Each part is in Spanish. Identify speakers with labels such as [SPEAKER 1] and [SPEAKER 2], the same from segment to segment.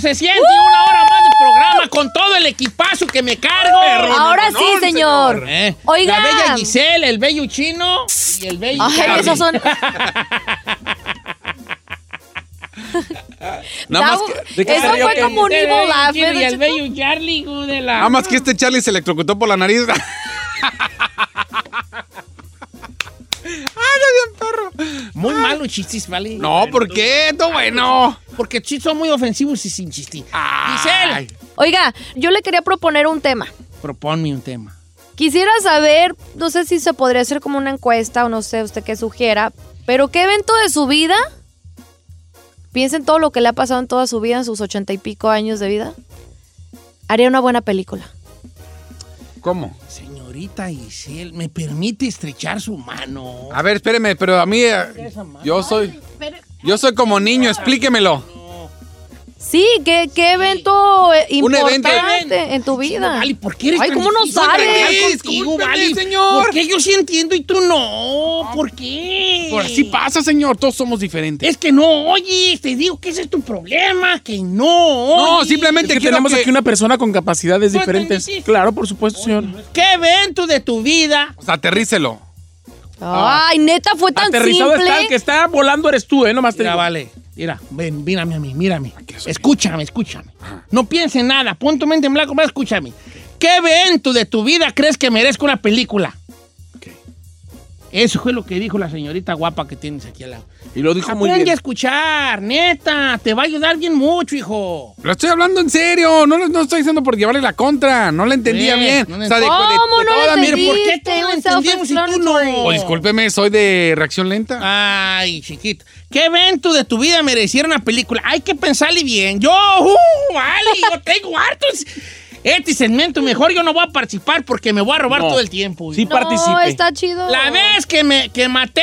[SPEAKER 1] reciente y una hora más de programa con todo el equipazo que me cargo. Perro,
[SPEAKER 2] Ahora
[SPEAKER 1] no,
[SPEAKER 2] sí,
[SPEAKER 1] no, no,
[SPEAKER 2] señor.
[SPEAKER 1] Eh,
[SPEAKER 2] Oiga.
[SPEAKER 1] La bella Giselle, el bello chino y el bello.
[SPEAKER 2] Ay,
[SPEAKER 1] Charlie.
[SPEAKER 2] esos son.
[SPEAKER 3] Nada más
[SPEAKER 2] Davo-
[SPEAKER 3] que, de que-
[SPEAKER 2] Eso
[SPEAKER 1] Ay,
[SPEAKER 2] fue
[SPEAKER 1] el
[SPEAKER 2] como un
[SPEAKER 1] bello
[SPEAKER 2] evil laugh,
[SPEAKER 1] chino Y
[SPEAKER 2] ¿eh,
[SPEAKER 1] el
[SPEAKER 2] Don
[SPEAKER 1] bello Charlie, hijo de la.
[SPEAKER 3] nada más que este Charlie se electrocutó por la nariz. ¡Ay, no, bien perro!
[SPEAKER 1] Muy malos chistes, ¿vale?
[SPEAKER 3] No, ¿por qué? No, bueno.
[SPEAKER 1] Porque sí son muy ofensivos y sin chistir.
[SPEAKER 3] Ay.
[SPEAKER 1] Giselle,
[SPEAKER 2] Oiga, yo le quería proponer un tema.
[SPEAKER 1] proponme un tema.
[SPEAKER 2] Quisiera saber, no sé si se podría hacer como una encuesta o no sé usted qué sugiera, pero ¿qué evento de su vida? Piensa en todo lo que le ha pasado en toda su vida, en sus ochenta y pico años de vida. Haría una buena película.
[SPEAKER 3] ¿Cómo?
[SPEAKER 1] Señorita Giselle, ¿me permite estrechar su mano?
[SPEAKER 3] A ver, espéreme, pero a mí. eh, Yo soy. Yo soy como niño, explíquemelo.
[SPEAKER 2] Sí, ¿qué, qué evento eh,
[SPEAKER 3] Un evento.
[SPEAKER 2] importante en tu vida?
[SPEAKER 1] Vale, ¿por qué eres
[SPEAKER 2] Ay,
[SPEAKER 1] tan
[SPEAKER 2] ¿cómo no
[SPEAKER 1] difícil de
[SPEAKER 2] sabes?
[SPEAKER 1] hablar
[SPEAKER 3] Feliz,
[SPEAKER 1] contigo,
[SPEAKER 3] ¿cómo es
[SPEAKER 1] vale?
[SPEAKER 3] feliz, señor?
[SPEAKER 1] Porque yo sí entiendo y tú no. ¿Por qué?
[SPEAKER 3] Por así pasa, señor. Todos somos diferentes.
[SPEAKER 1] Es que no oyes, te digo que ese es tu problema, que no
[SPEAKER 3] No,
[SPEAKER 1] oyes.
[SPEAKER 3] simplemente
[SPEAKER 4] que
[SPEAKER 3] quiero
[SPEAKER 4] tenemos
[SPEAKER 3] que-
[SPEAKER 4] aquí una persona con capacidades
[SPEAKER 1] ¿No
[SPEAKER 4] diferentes.
[SPEAKER 1] entendiste?
[SPEAKER 4] Claro, por supuesto, señor.
[SPEAKER 1] ¿Qué evento de tu vida?
[SPEAKER 3] O sea, aterrícelo.
[SPEAKER 2] Ay, neta, fue tan
[SPEAKER 4] Aterrizado
[SPEAKER 2] simple.
[SPEAKER 4] está, el que está volando eres tú, ¿eh? Nomás te
[SPEAKER 1] Mira,
[SPEAKER 4] digo.
[SPEAKER 1] vale, mira, ven, mírame a mí, mírame. Escúchame, escúchame. No piense en nada, pon tu mente en blanco, más escúchame. ¿Qué evento de tu vida crees que merezca una película? Eso fue lo que dijo la señorita guapa que tienes aquí al lado.
[SPEAKER 4] Y lo dijo muy
[SPEAKER 1] Aprende a
[SPEAKER 4] bien.
[SPEAKER 1] escuchar, neta, te va a ayudar bien mucho, hijo.
[SPEAKER 3] Lo estoy hablando en serio. No, lo- no estoy diciendo por llevarle la contra. No la entendía
[SPEAKER 1] Eh,
[SPEAKER 3] bien.
[SPEAKER 1] no la
[SPEAKER 3] o sea, de, de-
[SPEAKER 2] ¿Cómo
[SPEAKER 3] de
[SPEAKER 2] no la
[SPEAKER 3] toda mi-
[SPEAKER 2] entendí?
[SPEAKER 1] ¿Por qué tú
[SPEAKER 2] Viste,
[SPEAKER 1] no
[SPEAKER 2] un
[SPEAKER 1] entendíamos y tú no?
[SPEAKER 2] self-explanatory.
[SPEAKER 3] Oh, discúlpeme, soy de reacción lenta.
[SPEAKER 1] Ay, chiquito. ¿Qué evento de tu vida mereciera una película? Hay que pensarle bien. Yo, uh, vale, yo tengo hartos. Este segmento mejor yo no voy a participar porque me voy a robar
[SPEAKER 4] No.
[SPEAKER 1] todo el tiempo.
[SPEAKER 4] Sí,
[SPEAKER 2] No,
[SPEAKER 4] participe.
[SPEAKER 2] está chido.
[SPEAKER 1] La vez que me que maté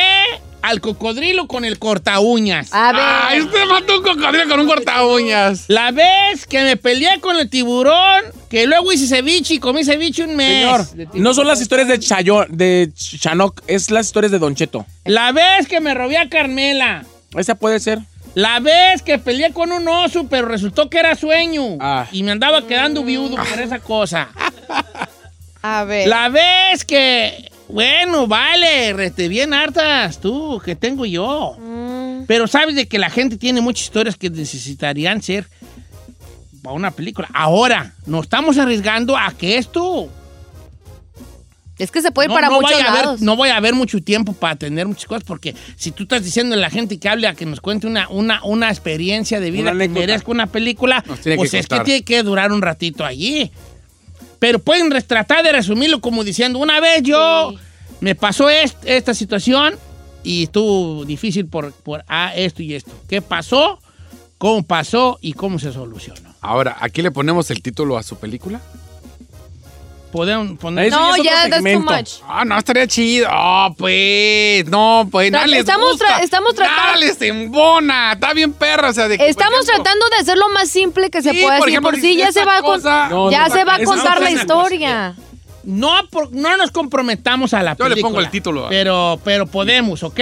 [SPEAKER 1] al cocodrilo con el corta uñas.
[SPEAKER 4] Ah.
[SPEAKER 2] A ver.
[SPEAKER 3] Ay, usted mató un cocodrilo con un corta uñas.
[SPEAKER 1] La vez que me peleé con el tiburón, que luego hice ceviche y comí ceviche un
[SPEAKER 2] pues.
[SPEAKER 1] mes.
[SPEAKER 4] Señor,
[SPEAKER 1] De tiburón.
[SPEAKER 4] no son las historias de Chayo, de Ch- Chanoc, es las historias de Don Cheto.
[SPEAKER 1] La vez que me robé a Carmela.
[SPEAKER 4] Esa puede ser.
[SPEAKER 1] La vez que peleé con un oso, pero resultó que era sueño.
[SPEAKER 4] Ah.
[SPEAKER 1] Y me andaba quedando viudo por esa cosa.
[SPEAKER 2] A ver.
[SPEAKER 1] La vez que. Bueno, vale, rete bien hartas tú, que tengo yo.
[SPEAKER 2] Mm,
[SPEAKER 1] Pero sabes de que la gente tiene muchas historias que necesitarían ser para una película. Ahora, nos estamos arriesgando a que esto.
[SPEAKER 2] Es que se puede ir
[SPEAKER 1] no,
[SPEAKER 2] para
[SPEAKER 1] no
[SPEAKER 2] muchos
[SPEAKER 1] vaya a haber-
[SPEAKER 2] lados.
[SPEAKER 1] no voy a haber mucho tiempo para atender muchas cosas, porque si tú estás diciendo a la gente que hable a que nos cuente una, una, una experiencia de vida
[SPEAKER 4] Una
[SPEAKER 1] que
[SPEAKER 4] anécdota.
[SPEAKER 1] merezca una película,
[SPEAKER 3] Nos tiene que
[SPEAKER 1] pues es que
[SPEAKER 3] contar.
[SPEAKER 1] tiene que durar un ratito allí. Pero pueden res- tratar de resumirlo como diciendo, una vez yo me pasó est- esta situación y estuvo difícil por, por ah, esto y esto. ¿Qué pasó? ¿Cómo pasó? ¿Y cómo se solucionó?
[SPEAKER 3] Ahora, aquí le ponemos el título a su película.
[SPEAKER 1] Podemos poner...
[SPEAKER 4] Eso ya
[SPEAKER 2] No,
[SPEAKER 4] es otro
[SPEAKER 2] ya, that's too
[SPEAKER 4] segmento.
[SPEAKER 2] much.
[SPEAKER 3] Ah, no, estaría chido. Ah, pues, no, pues, nada
[SPEAKER 2] Tra-
[SPEAKER 3] les
[SPEAKER 2] estamos
[SPEAKER 3] gusta.
[SPEAKER 2] tra- estamos tratando-
[SPEAKER 3] Nada les embona. Está bien perra, o sea, de que, por
[SPEAKER 2] Estamos
[SPEAKER 3] ejemplo-
[SPEAKER 2] tratando de hacer lo más simple que se
[SPEAKER 3] Sí,
[SPEAKER 2] pueda.
[SPEAKER 3] por
[SPEAKER 2] Por,
[SPEAKER 3] ejemplo,
[SPEAKER 2] por sí ya
[SPEAKER 3] esta
[SPEAKER 2] se va a con-
[SPEAKER 3] cosa-
[SPEAKER 4] No,
[SPEAKER 2] ya
[SPEAKER 4] no,
[SPEAKER 2] se va a
[SPEAKER 4] esa no
[SPEAKER 2] contar
[SPEAKER 4] es
[SPEAKER 2] la
[SPEAKER 4] una
[SPEAKER 2] historia.
[SPEAKER 1] No, por- no nos comprometamos a la
[SPEAKER 3] Yo le
[SPEAKER 1] película.
[SPEAKER 3] pongo el título. ¿eh?
[SPEAKER 1] Pero, pero podemos, ¿ok?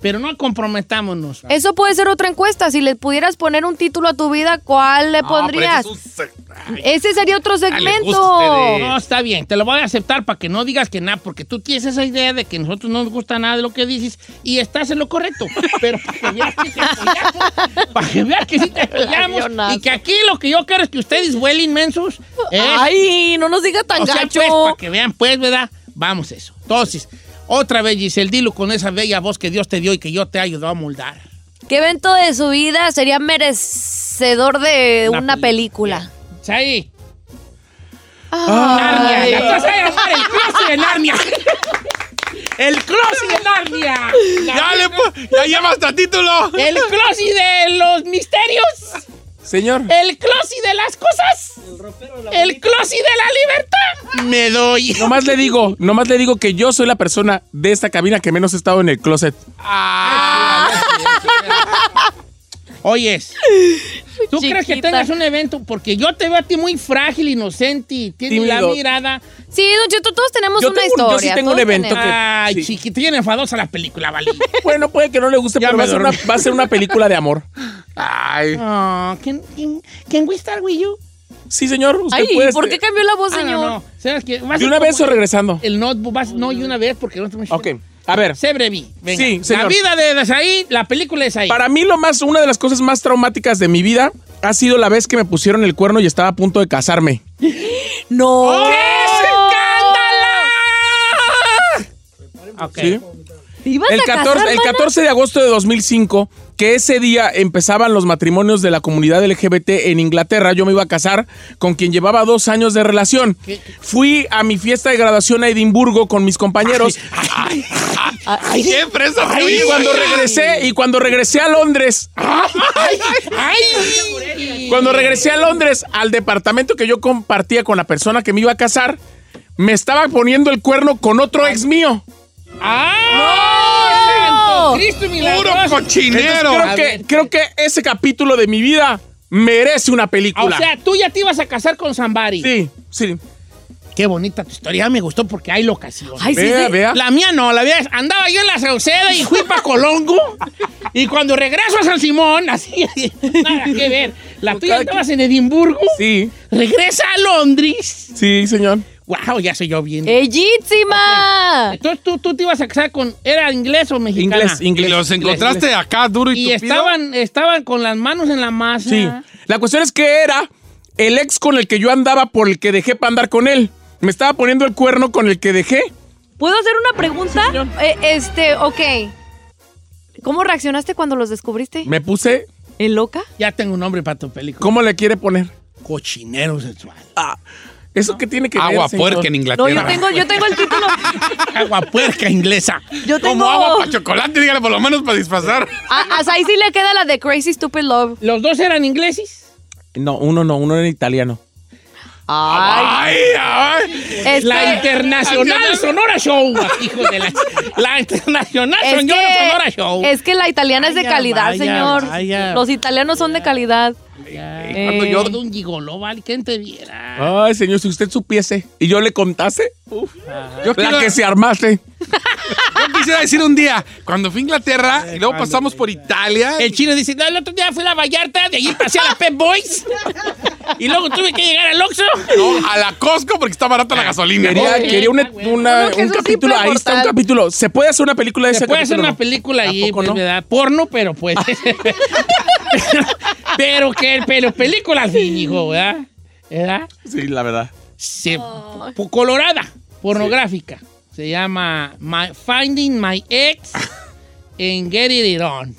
[SPEAKER 1] Pero no comprometámonos.
[SPEAKER 2] Eso puede ser otra encuesta. Si le pudieras poner un título a tu vida, ¿cuál
[SPEAKER 4] Ah,
[SPEAKER 2] le
[SPEAKER 3] No,
[SPEAKER 2] pondrías?
[SPEAKER 3] Ah, pero ese es un- Ay,
[SPEAKER 2] Ese sería otro
[SPEAKER 3] gusta
[SPEAKER 2] segmento.
[SPEAKER 3] ustedes.
[SPEAKER 1] No, está bien, te lo voy a aceptar para que no digas que nada, porque tú tienes esa idea de que a nosotros no nos gusta nada de lo que dices y estás en lo correcto. Pero para que veas que te apoyamos, para que veas que sí te apoyamos
[SPEAKER 2] Avionazo.
[SPEAKER 1] y que aquí lo que yo quiero es que ustedes vuelen inmensos. es-
[SPEAKER 2] Ay, no nos diga tan
[SPEAKER 1] o sea,
[SPEAKER 2] gacho.
[SPEAKER 1] pues, para que vean, pues, ¿verdad? Vamos eso. Entonces, otra vez, Giselle, dilo con esa bella voz que Dios te dio y que yo te he ayudado a moldar.
[SPEAKER 2] ¿Qué evento de su vida sería merecedor de
[SPEAKER 1] Una
[SPEAKER 2] una,
[SPEAKER 1] película.
[SPEAKER 2] película?
[SPEAKER 1] Saí.
[SPEAKER 2] Ay.
[SPEAKER 1] Narnia. Ya te vas a llamar el closet de Narnia. El closet de Narnia.
[SPEAKER 3] Ya le pu- ya lleva hasta título.
[SPEAKER 1] El closet de los misterios.
[SPEAKER 4] Señor.
[SPEAKER 1] El closet de las cosas. El closet de la libertad. Me doy.
[SPEAKER 4] Nomás le digo, nomás le digo que yo soy la persona de esta cabina que menos he estado en el closet.
[SPEAKER 1] Ah. Oyes. ¿Tú crees que
[SPEAKER 2] Chiquita.
[SPEAKER 1] tengas un evento? Porque yo te veo a ti muy frágil, inocente y tienes la
[SPEAKER 4] Tímido.
[SPEAKER 1] mirada.
[SPEAKER 2] Sí, Don Cheto, todos tenemos
[SPEAKER 4] Yo
[SPEAKER 2] una
[SPEAKER 4] tengo un- yo
[SPEAKER 2] historia.
[SPEAKER 4] sí tengo un
[SPEAKER 2] todos
[SPEAKER 4] evento
[SPEAKER 2] tenemos.
[SPEAKER 4] que-
[SPEAKER 1] Ay,
[SPEAKER 4] sí.
[SPEAKER 1] chiquita, tiene enfadosa la película, vale.
[SPEAKER 4] Bueno, puede que no le guste,
[SPEAKER 1] Ya
[SPEAKER 4] pero
[SPEAKER 1] me
[SPEAKER 4] va a, ser una,
[SPEAKER 1] dormí.
[SPEAKER 4] va a ser una película de amor.
[SPEAKER 3] Ay.
[SPEAKER 1] Oh, can, can, can we start with you?
[SPEAKER 4] Sí, señor, usted
[SPEAKER 2] Ay,
[SPEAKER 4] puede.
[SPEAKER 2] ¿por qué cambió la voz,
[SPEAKER 1] I don't
[SPEAKER 2] señor?
[SPEAKER 1] know. ¿Sabes qué? Va a
[SPEAKER 4] ¿De
[SPEAKER 1] ser
[SPEAKER 4] una
[SPEAKER 1] como
[SPEAKER 4] vez o regresando?
[SPEAKER 1] El notebook, vas- no, y una vez porque no tenemos...
[SPEAKER 4] Ok, a ver.
[SPEAKER 1] Sé brevi. Venga.
[SPEAKER 4] Sí,
[SPEAKER 1] La
[SPEAKER 4] señor.
[SPEAKER 1] vida de Desaí, la película es ahí.
[SPEAKER 4] Para mí lo más, una de las cosas más traumáticas de mi vida ha sido la vez que me pusieron el cuerno y estaba a punto de casarme.
[SPEAKER 2] No.
[SPEAKER 1] Ok.
[SPEAKER 4] ¿Sí?
[SPEAKER 2] ¿Te ibas
[SPEAKER 4] El
[SPEAKER 2] a
[SPEAKER 4] 14,
[SPEAKER 2] casar,
[SPEAKER 4] el
[SPEAKER 2] mana?
[SPEAKER 4] 14 de agosto de 2005, que ese día empezaban los matrimonios de la comunidad LGBT en Inglaterra, yo me iba a casar con quien llevaba dos años de relación. Fui a mi fiesta de graduación a Edimburgo con mis compañeros
[SPEAKER 3] Siempre eso
[SPEAKER 4] y cuando regresé y cuando regresé a Londres,
[SPEAKER 1] ¡Ay!
[SPEAKER 4] cuando regresé a Londres al departamento que yo compartía con la persona que me iba a casar, me estaba poniendo el cuerno con otro ex mío.
[SPEAKER 1] ¡Ah!
[SPEAKER 2] ¡No!
[SPEAKER 1] ¡Santo Cristo
[SPEAKER 3] Puro
[SPEAKER 1] milagroso!
[SPEAKER 4] Entonces,
[SPEAKER 3] cochinero.
[SPEAKER 4] creo, que, creo que ese capítulo de mi vida merece una
[SPEAKER 1] O
[SPEAKER 4] película.
[SPEAKER 1] sea, tú ya te ibas a casar con Zambari.
[SPEAKER 4] sí, sí.
[SPEAKER 1] Qué bonita tu historia. Me gustó porque hay locación.
[SPEAKER 2] Ay, sí,
[SPEAKER 4] Vea,
[SPEAKER 2] sí.
[SPEAKER 4] vea.
[SPEAKER 1] La mía no, la mía es, andaba yo en la Sauceda y fui para Colongo. Y cuando regreso a San Simón, así, nada que ver. La
[SPEAKER 4] Pues
[SPEAKER 1] tuya
[SPEAKER 4] cada
[SPEAKER 1] andabas en Edimburgo.
[SPEAKER 4] Sí,
[SPEAKER 1] Regresa a Londres.
[SPEAKER 4] sí, señor.
[SPEAKER 1] Wow, ya soy yo
[SPEAKER 4] Eh.
[SPEAKER 1] bien.
[SPEAKER 2] ¡Ellísima!
[SPEAKER 1] Entonces ¿tú, tú te ibas a casar con. ¿Era inglés o mexicana?
[SPEAKER 4] Inglés,
[SPEAKER 3] Y
[SPEAKER 4] inglés.
[SPEAKER 3] los
[SPEAKER 4] inglés,
[SPEAKER 3] encontraste
[SPEAKER 4] inglés.
[SPEAKER 3] acá duro y,
[SPEAKER 1] Y
[SPEAKER 3] tupido.
[SPEAKER 1] estaban, estaban con las manos en la masa.
[SPEAKER 4] Sí. La cuestión es que era el ex con el que yo andaba por el que dejé para andar con él. Me estaba poniendo el cuerno con el que dejé.
[SPEAKER 2] ¿Puedo hacer una pregunta? Eh, este, ok. ¿Cómo reaccionaste cuando los descubriste?
[SPEAKER 4] Me puse.
[SPEAKER 2] ¿En loca?
[SPEAKER 1] Ya tengo un nombre para tu película.
[SPEAKER 4] ¿Cómo le quiere poner?
[SPEAKER 1] Cochinero sexual.
[SPEAKER 4] ¿Eso qué tiene que ver?
[SPEAKER 3] Agua
[SPEAKER 4] señor?
[SPEAKER 3] puerca en
[SPEAKER 2] No, yo
[SPEAKER 3] Inglaterra.
[SPEAKER 2] tengo, yo tengo el título.
[SPEAKER 1] Agua puerca inglesa.
[SPEAKER 2] Yo tengo.
[SPEAKER 3] Como agua para chocolate, dígale por lo menos para disfrazar.
[SPEAKER 2] A, a ahí sí le queda la de Crazy Stupid Love.
[SPEAKER 1] ¿Los dos eran ingleses?
[SPEAKER 4] No, uno no, uno era italiano. Ah,
[SPEAKER 2] Ay.
[SPEAKER 3] Ay, ay.
[SPEAKER 2] Es
[SPEAKER 1] La
[SPEAKER 2] que,
[SPEAKER 1] Internacional Sonora Show, hijo de la... La Internacional
[SPEAKER 2] es
[SPEAKER 1] Sonora,
[SPEAKER 2] que-
[SPEAKER 1] Sonora Show.
[SPEAKER 2] es que la italiana es de
[SPEAKER 1] Vaya,
[SPEAKER 2] calidad,
[SPEAKER 1] vaya,
[SPEAKER 2] señor.
[SPEAKER 1] vaya.
[SPEAKER 2] Los italianos son de calidad.
[SPEAKER 1] Ya,
[SPEAKER 2] Eh.
[SPEAKER 1] Cuando yo de un gigoló, ¿vale? ¿Quién te viera?
[SPEAKER 4] Ay, señor, si usted supiese y yo le contase, uf,
[SPEAKER 3] Yo
[SPEAKER 4] la
[SPEAKER 3] quiero-
[SPEAKER 4] que se armaste.
[SPEAKER 3] Yo quisiera decir un día, cuando fui a Inglaterra y luego pasamos por Italia.
[SPEAKER 1] El chino dice, no, el otro día fui a la Vallarta, de allí pasé a la Pep Boys. y luego tuve que llegar al Oxxo.
[SPEAKER 3] No, a la Costco porque está barata la gasolina.
[SPEAKER 4] Quería,
[SPEAKER 1] Oye,
[SPEAKER 4] quería una-
[SPEAKER 1] está bueno.
[SPEAKER 4] una-
[SPEAKER 2] Uno que
[SPEAKER 4] un
[SPEAKER 2] es un
[SPEAKER 4] capítulo,
[SPEAKER 2] simple
[SPEAKER 4] ahí está un
[SPEAKER 2] mortal.
[SPEAKER 4] capítulo. ¿Se puede hacer una película de
[SPEAKER 1] Se
[SPEAKER 4] ese
[SPEAKER 1] puede hacer
[SPEAKER 4] capítulo?
[SPEAKER 1] una película
[SPEAKER 4] ¿A
[SPEAKER 1] ahí,
[SPEAKER 4] poco
[SPEAKER 1] pues,
[SPEAKER 4] no?
[SPEAKER 1] ¿verdad? Porno, pero pues. pero que, pero película al fin, hijo, ¿verdad? ¿Verdad?
[SPEAKER 4] Sí, la verdad.
[SPEAKER 1] Se- po- colorada, pornográfica. Se llama My- Finding My Ex and Get It On.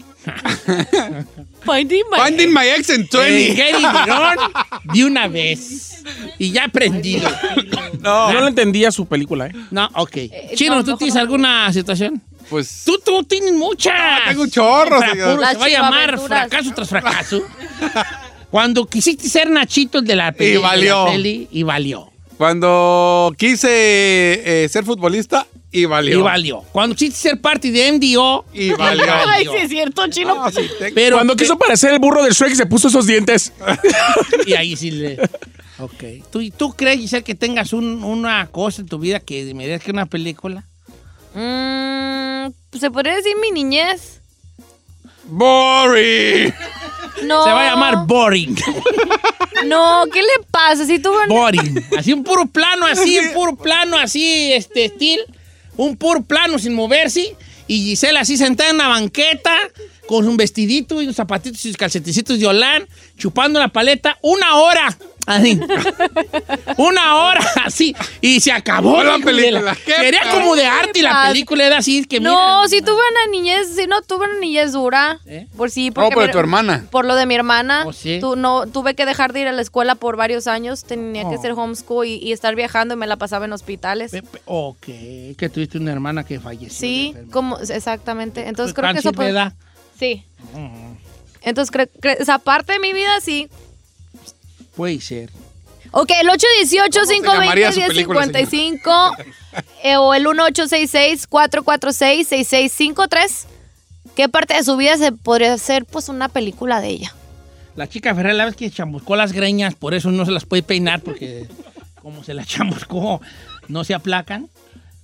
[SPEAKER 2] Finding my-
[SPEAKER 3] Oh, Finding my ex en 20.
[SPEAKER 1] En Get It On de una vez. Y ya aprendido.
[SPEAKER 4] No. Yo no entendía su película, ¿eh?
[SPEAKER 1] No, ok. Chino,
[SPEAKER 2] no,
[SPEAKER 1] ¿tú
[SPEAKER 2] no,
[SPEAKER 1] tienes
[SPEAKER 2] no.
[SPEAKER 1] alguna situación?
[SPEAKER 3] Pues
[SPEAKER 1] Tú, tú tienes muchas.
[SPEAKER 3] tengo un chorro,
[SPEAKER 1] Para
[SPEAKER 3] señor.
[SPEAKER 1] puro,
[SPEAKER 2] Las
[SPEAKER 1] se va a llamar
[SPEAKER 2] chivaventuras.
[SPEAKER 1] fracaso tras fracaso. Cuando quisiste ser Nachito el de la peli,
[SPEAKER 3] Y valió.
[SPEAKER 1] de la peli, y valió.
[SPEAKER 3] cuando quise eh, ser futbolista y valió.
[SPEAKER 1] Y valió. Cuando quisiste ser parte de MDO
[SPEAKER 3] Y valió.
[SPEAKER 2] Ay, sí es cierto, chino.
[SPEAKER 3] No, sí, te-
[SPEAKER 1] pero
[SPEAKER 4] Cuando quiso parecer el burro de Shrek, se puso esos dientes.
[SPEAKER 1] y ahí sí le Ok. ¿Tú, tú crees Giselle, que tengas un- una cosa en tu vida que merezca una película?
[SPEAKER 2] Mm, Se podría decir mi niñez.
[SPEAKER 3] Boring.
[SPEAKER 2] No.
[SPEAKER 1] Se va a llamar Boring.
[SPEAKER 2] No, ¿qué le pasa? Si tuvo una-
[SPEAKER 1] Boring. Así un puro plano, así, un puro plano, así, este estilo. Un puro plano sin moverse. Y Giselle así sentada en la banqueta, con un vestidito y unos zapatitos y sus calceticitos de Olán, chupando la paleta, una hora. Así. una hora, así. Y se acabó
[SPEAKER 3] La
[SPEAKER 1] hijo de
[SPEAKER 3] película. ¿Qué
[SPEAKER 1] Quería
[SPEAKER 3] pasa?
[SPEAKER 1] como de arte y la
[SPEAKER 2] pasa?
[SPEAKER 1] película era así, que
[SPEAKER 2] No,
[SPEAKER 1] mira.
[SPEAKER 2] si tuve una niñez, si no tuve una niñez dura.
[SPEAKER 1] ¿Eh?
[SPEAKER 2] Por sí,
[SPEAKER 3] No,
[SPEAKER 2] porque
[SPEAKER 3] por
[SPEAKER 2] mi-
[SPEAKER 3] tu hermana.
[SPEAKER 2] Por lo de mi hermana.
[SPEAKER 1] Oh, sí.
[SPEAKER 2] Tu- no, tuve que dejar de ir a la escuela por varios años. Tenía que
[SPEAKER 1] Oh.
[SPEAKER 2] hacer homeschool y, y estar viajando y me la pasaba en hospitales.
[SPEAKER 1] Pe- pe- Ok, que tuviste una hermana que falleció.
[SPEAKER 2] Sí,
[SPEAKER 1] de enferma.
[SPEAKER 2] como exactamente. Entonces
[SPEAKER 1] Tan
[SPEAKER 2] creo que eso
[SPEAKER 1] simple
[SPEAKER 2] pod-
[SPEAKER 1] edad.
[SPEAKER 2] Sí. Entonces creo que esa parte de mi vida sí.
[SPEAKER 1] Puede ser.
[SPEAKER 2] Ok, el 818
[SPEAKER 3] se llamaría su
[SPEAKER 2] 520
[SPEAKER 3] película, señora?
[SPEAKER 2] 1055 eh, o el 1866 446 6653. ¿Qué parte de su vida se podría hacer pues una película de ella?
[SPEAKER 1] La chica Ferrer, la vez que chamuscó las greñas, por eso no se las puede peinar, porque como se las chamuscó, no se aplacan.